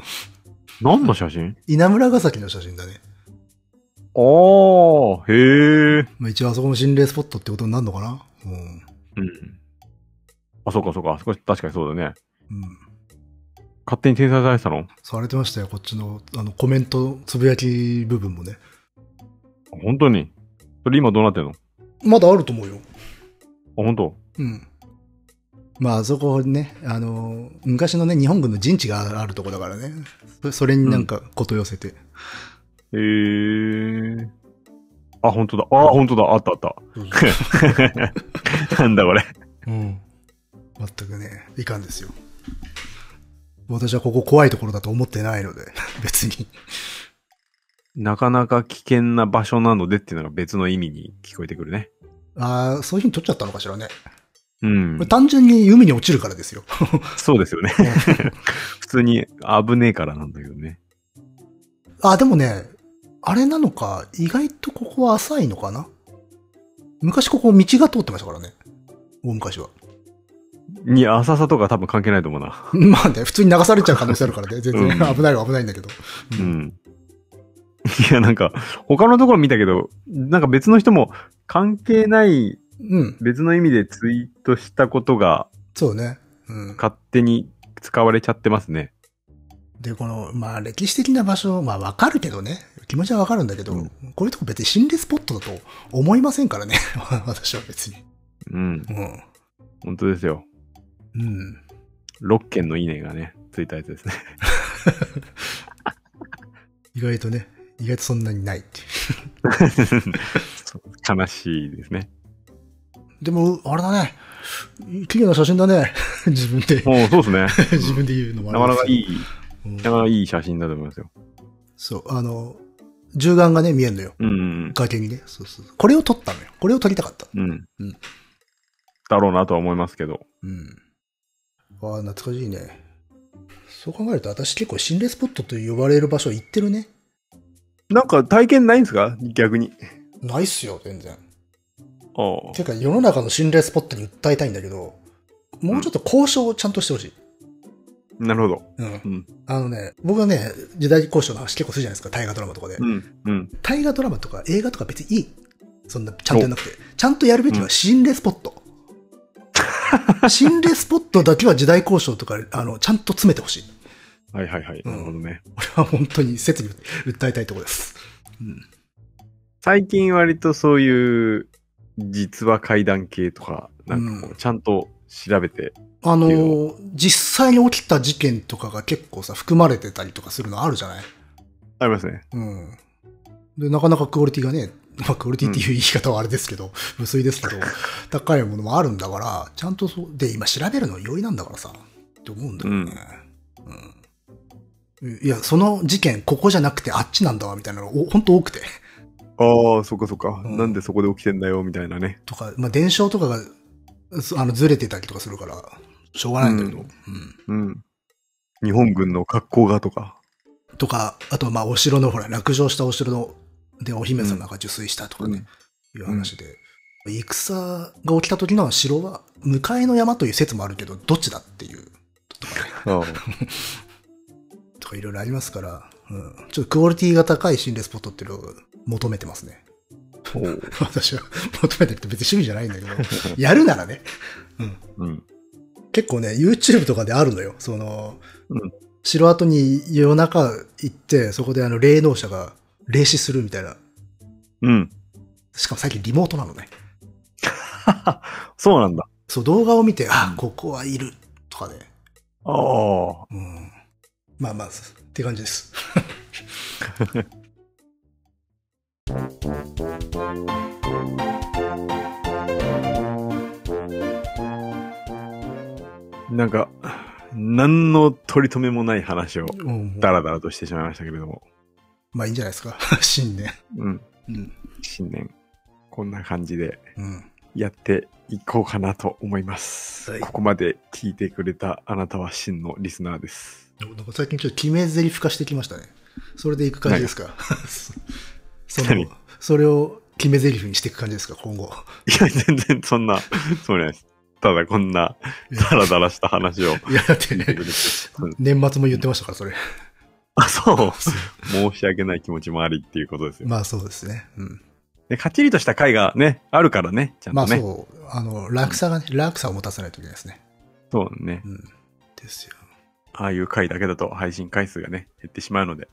Speaker 1: 何の写真
Speaker 2: 稲村ヶ崎の写真だね。
Speaker 1: あー、へー。
Speaker 2: まあ、一応あそこも心霊スポットってことになるのかなうん。
Speaker 1: うん。あ、そうかそうか。あそこ確かにそうだね。
Speaker 2: うん。
Speaker 1: 勝手に転載されてたの
Speaker 2: されてましたよ、こっちの、あの、コメント、つぶやき部分もね。
Speaker 1: 本当にそれ今どうなってんのあ、
Speaker 2: まだあると思うよ。
Speaker 1: 本当
Speaker 2: うん。まあ、あそこね、あの、昔のね、日本軍の陣地があるとこだからね。そそれになんかこと寄せて。
Speaker 1: へー。あ、本当だ。あ、本当だ。あったあった。 なんだこれ。
Speaker 2: うん。全くね、いかんですよ。私はここ怖いところだと思ってないので、 別に。
Speaker 1: なかなか危険な場所なのでっていうのが別の意味に聞こえてくるね。
Speaker 2: ああ、そういうふうに撮っちゃったのかしらね。
Speaker 1: うん
Speaker 2: これ。単純に海に落ちるからですよ。
Speaker 1: そうですよね。普通に危ねえからなんだけどね。
Speaker 2: あ、でもね、あれなのか、意外とここは浅いのかな昔ここ道が通ってましたからね。大昔は。
Speaker 1: に、浅さとか多分関係ないと思うな。
Speaker 2: まあね、普通に流されちゃう可能性あるからね。全然
Speaker 1: うん
Speaker 2: 危ないは危ないんだけど。
Speaker 1: う。ん。いや、なんか、他のところ見たけど、なんか別の人も関係ない
Speaker 2: うん、
Speaker 1: 別の意味でツイートしたことが
Speaker 2: そうね。うん。
Speaker 1: 勝手に使われちゃってますね。
Speaker 2: で、この、まあ、歴史的な場所、まあ、わかるけどね。気持ちはわかるんだけど、
Speaker 1: うん
Speaker 2: こういうとこ別に心霊スポットだと思いませんからね。 私は別に。
Speaker 1: うん。
Speaker 2: うん。
Speaker 1: 本当ですよ。
Speaker 2: うん。
Speaker 1: 6件のいいねがね、ついたやつですね。
Speaker 2: 意外とね、意外とそんなにないっていう。
Speaker 1: 悲しいですね。
Speaker 2: でも、あれだね。綺麗な写真だね。 自分で、
Speaker 1: もうそう ですね。
Speaker 2: 自分で言うのもあ
Speaker 1: なかなかい
Speaker 2: い、
Speaker 1: い、
Speaker 2: うん
Speaker 1: なかなかいい写真だと思いますよ。
Speaker 2: そう、あの、銃眼がね、見えんのよ。
Speaker 1: うんうん
Speaker 2: 崖にね。そうそうそう。これを撮ったのよ。これを撮りたかった。
Speaker 1: うん。うん。
Speaker 2: うん
Speaker 1: だろうなとは思いますけど。
Speaker 2: うん。ああ、懐かしいね。そう考えると、私結構心霊スポットと呼ばれる場所行ってるね。
Speaker 1: なんか体験ないんですか逆に。
Speaker 2: ないっすよ、全然。
Speaker 1: ああ。
Speaker 2: てか、世の中の心霊スポットに訴えたいんだけど、もうちょっと交渉をちゃんとしてほしい。
Speaker 1: なるほど。
Speaker 2: う
Speaker 1: う
Speaker 2: ん。
Speaker 1: ん
Speaker 2: あのね、僕はね、時代交渉の話結構するじゃないですか、大河ドラマとかで。
Speaker 1: うん。うん。
Speaker 2: 大河ドラマとか映画とか別にいい。そんな、ちゃんとやんなくて。ちゃんとやるべきは心霊スポッ ト。心霊スポットだけは時代交渉とか、あの、ちゃんと詰めてほしい。
Speaker 1: はいはいはい。
Speaker 2: うん
Speaker 1: なるほどね。
Speaker 2: これは本当に切に訴えたいところです。
Speaker 1: 最近割とそういう実話怪談系とか、なんかこ
Speaker 2: う
Speaker 1: う、ちゃんと調べて。
Speaker 2: あの
Speaker 1: い
Speaker 2: ー、実際に起きた事件とかが結構さ、含まれてたりとかするのあるじゃない
Speaker 1: ありますね。
Speaker 2: うん。で、なかなかクオリティがね、 まあ、クオリティっていう言い方はあれですけど、 無粋ですけど、高いものもあるんだから、ちゃんとそう、で、今調べるのは容易なんだからさ、って思うんだよね。うん。いや、その事件、ここじゃなくてあっちなんだわ、みたいなの、お本当多くて。
Speaker 1: ああ、そっかそっか。
Speaker 2: うん
Speaker 1: なんでそこで起きてんだよ、みたいなね。
Speaker 2: とか、まあ、伝承とかが、そあの、ずれてたりとかするから、しょうがないんだけど。
Speaker 1: う
Speaker 2: うん
Speaker 1: うん。日本軍の格好がとか。
Speaker 2: とか、あとはまあお城のほら、落城したお城のでお姫様が受水したとかね、いう話で、戦が起きた時の城は、向かいの山という説もあるけど、どっちだっていう、
Speaker 1: ああ。
Speaker 2: とかいろいろありますから、うん、ちょっとクオリティが高い心霊スポットっていうのを求めてますね。
Speaker 1: おう
Speaker 2: 私は求めてるって別に趣味じゃないんだけど、 やるならね、
Speaker 1: うん。
Speaker 2: 結構ね、YouTube とかであるのよ。その、
Speaker 1: うん
Speaker 2: 城跡に夜中行って、そこであの霊能者が霊視するみたいな。
Speaker 1: うん。
Speaker 2: しかも最近リモートなのね。
Speaker 1: そうなんだ。
Speaker 2: そう、動画を見て、
Speaker 1: う
Speaker 2: あ
Speaker 1: ん、
Speaker 2: ここはいる、とかね。
Speaker 1: ああ。
Speaker 2: うん。まあまあ、って感じです。
Speaker 1: なんか、何の取り留めもない話を、
Speaker 2: うん
Speaker 1: ダラダラとしてしまいましたけれども。
Speaker 2: まあいいんじゃないですか。 新年。
Speaker 1: うん。
Speaker 2: うん。
Speaker 1: 新年、こんな感じで
Speaker 2: うん。
Speaker 1: やっていこうかなと思います。
Speaker 2: はい
Speaker 1: ここまで聞いてくれたあなたは真のリスナーです。
Speaker 2: なんか最近ちょっと決め台詞化してきましたね。それでいく感じですか。 その
Speaker 1: 何、
Speaker 2: それを決め台詞にしていく感じですか、今 後。
Speaker 1: いや、全然そんな、そうじゃないです。ただこんな、ダラダラした話 を。
Speaker 2: いや、だってね、
Speaker 1: うん
Speaker 2: 年末も言ってましたから、それ。
Speaker 1: あ、そう。申し訳ない気持ちもありっていうことですよ。
Speaker 2: まあそうですね。うん。
Speaker 1: で、かっちりとした回がね、あるからね、ちゃん
Speaker 2: ま
Speaker 1: と
Speaker 2: あ
Speaker 1: ね。
Speaker 2: そう、あの、落差がね、落差を持たせないといけないですね。
Speaker 1: そうね。
Speaker 2: うん。ですよ。
Speaker 1: ああいう回だけだと配信回数がね、減ってしまうので、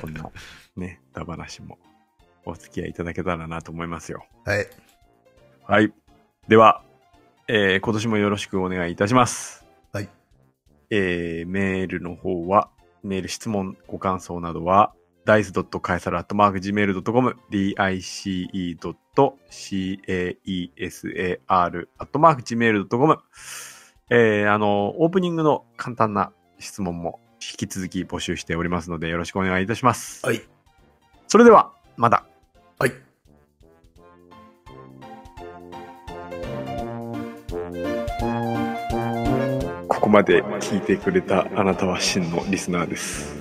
Speaker 1: こんなね、ダ話もお付き合いいただけたらなと思いますよ。
Speaker 2: はい。
Speaker 1: はい。では、えー今年もよろしくお願いいたします。
Speaker 2: はい。
Speaker 1: えーメールの方は、メール質問、ご感想などは、dice.caesar.gmail.com、dice.caesar.gmail.com、えー、あの、オープニングの簡単な質問も引き続き募集しておりますので、よろしくお願いいたします。
Speaker 2: はい。
Speaker 1: それでは、また。
Speaker 2: はい。
Speaker 1: ここまで聞いてくれたあなたは真のリスナーです。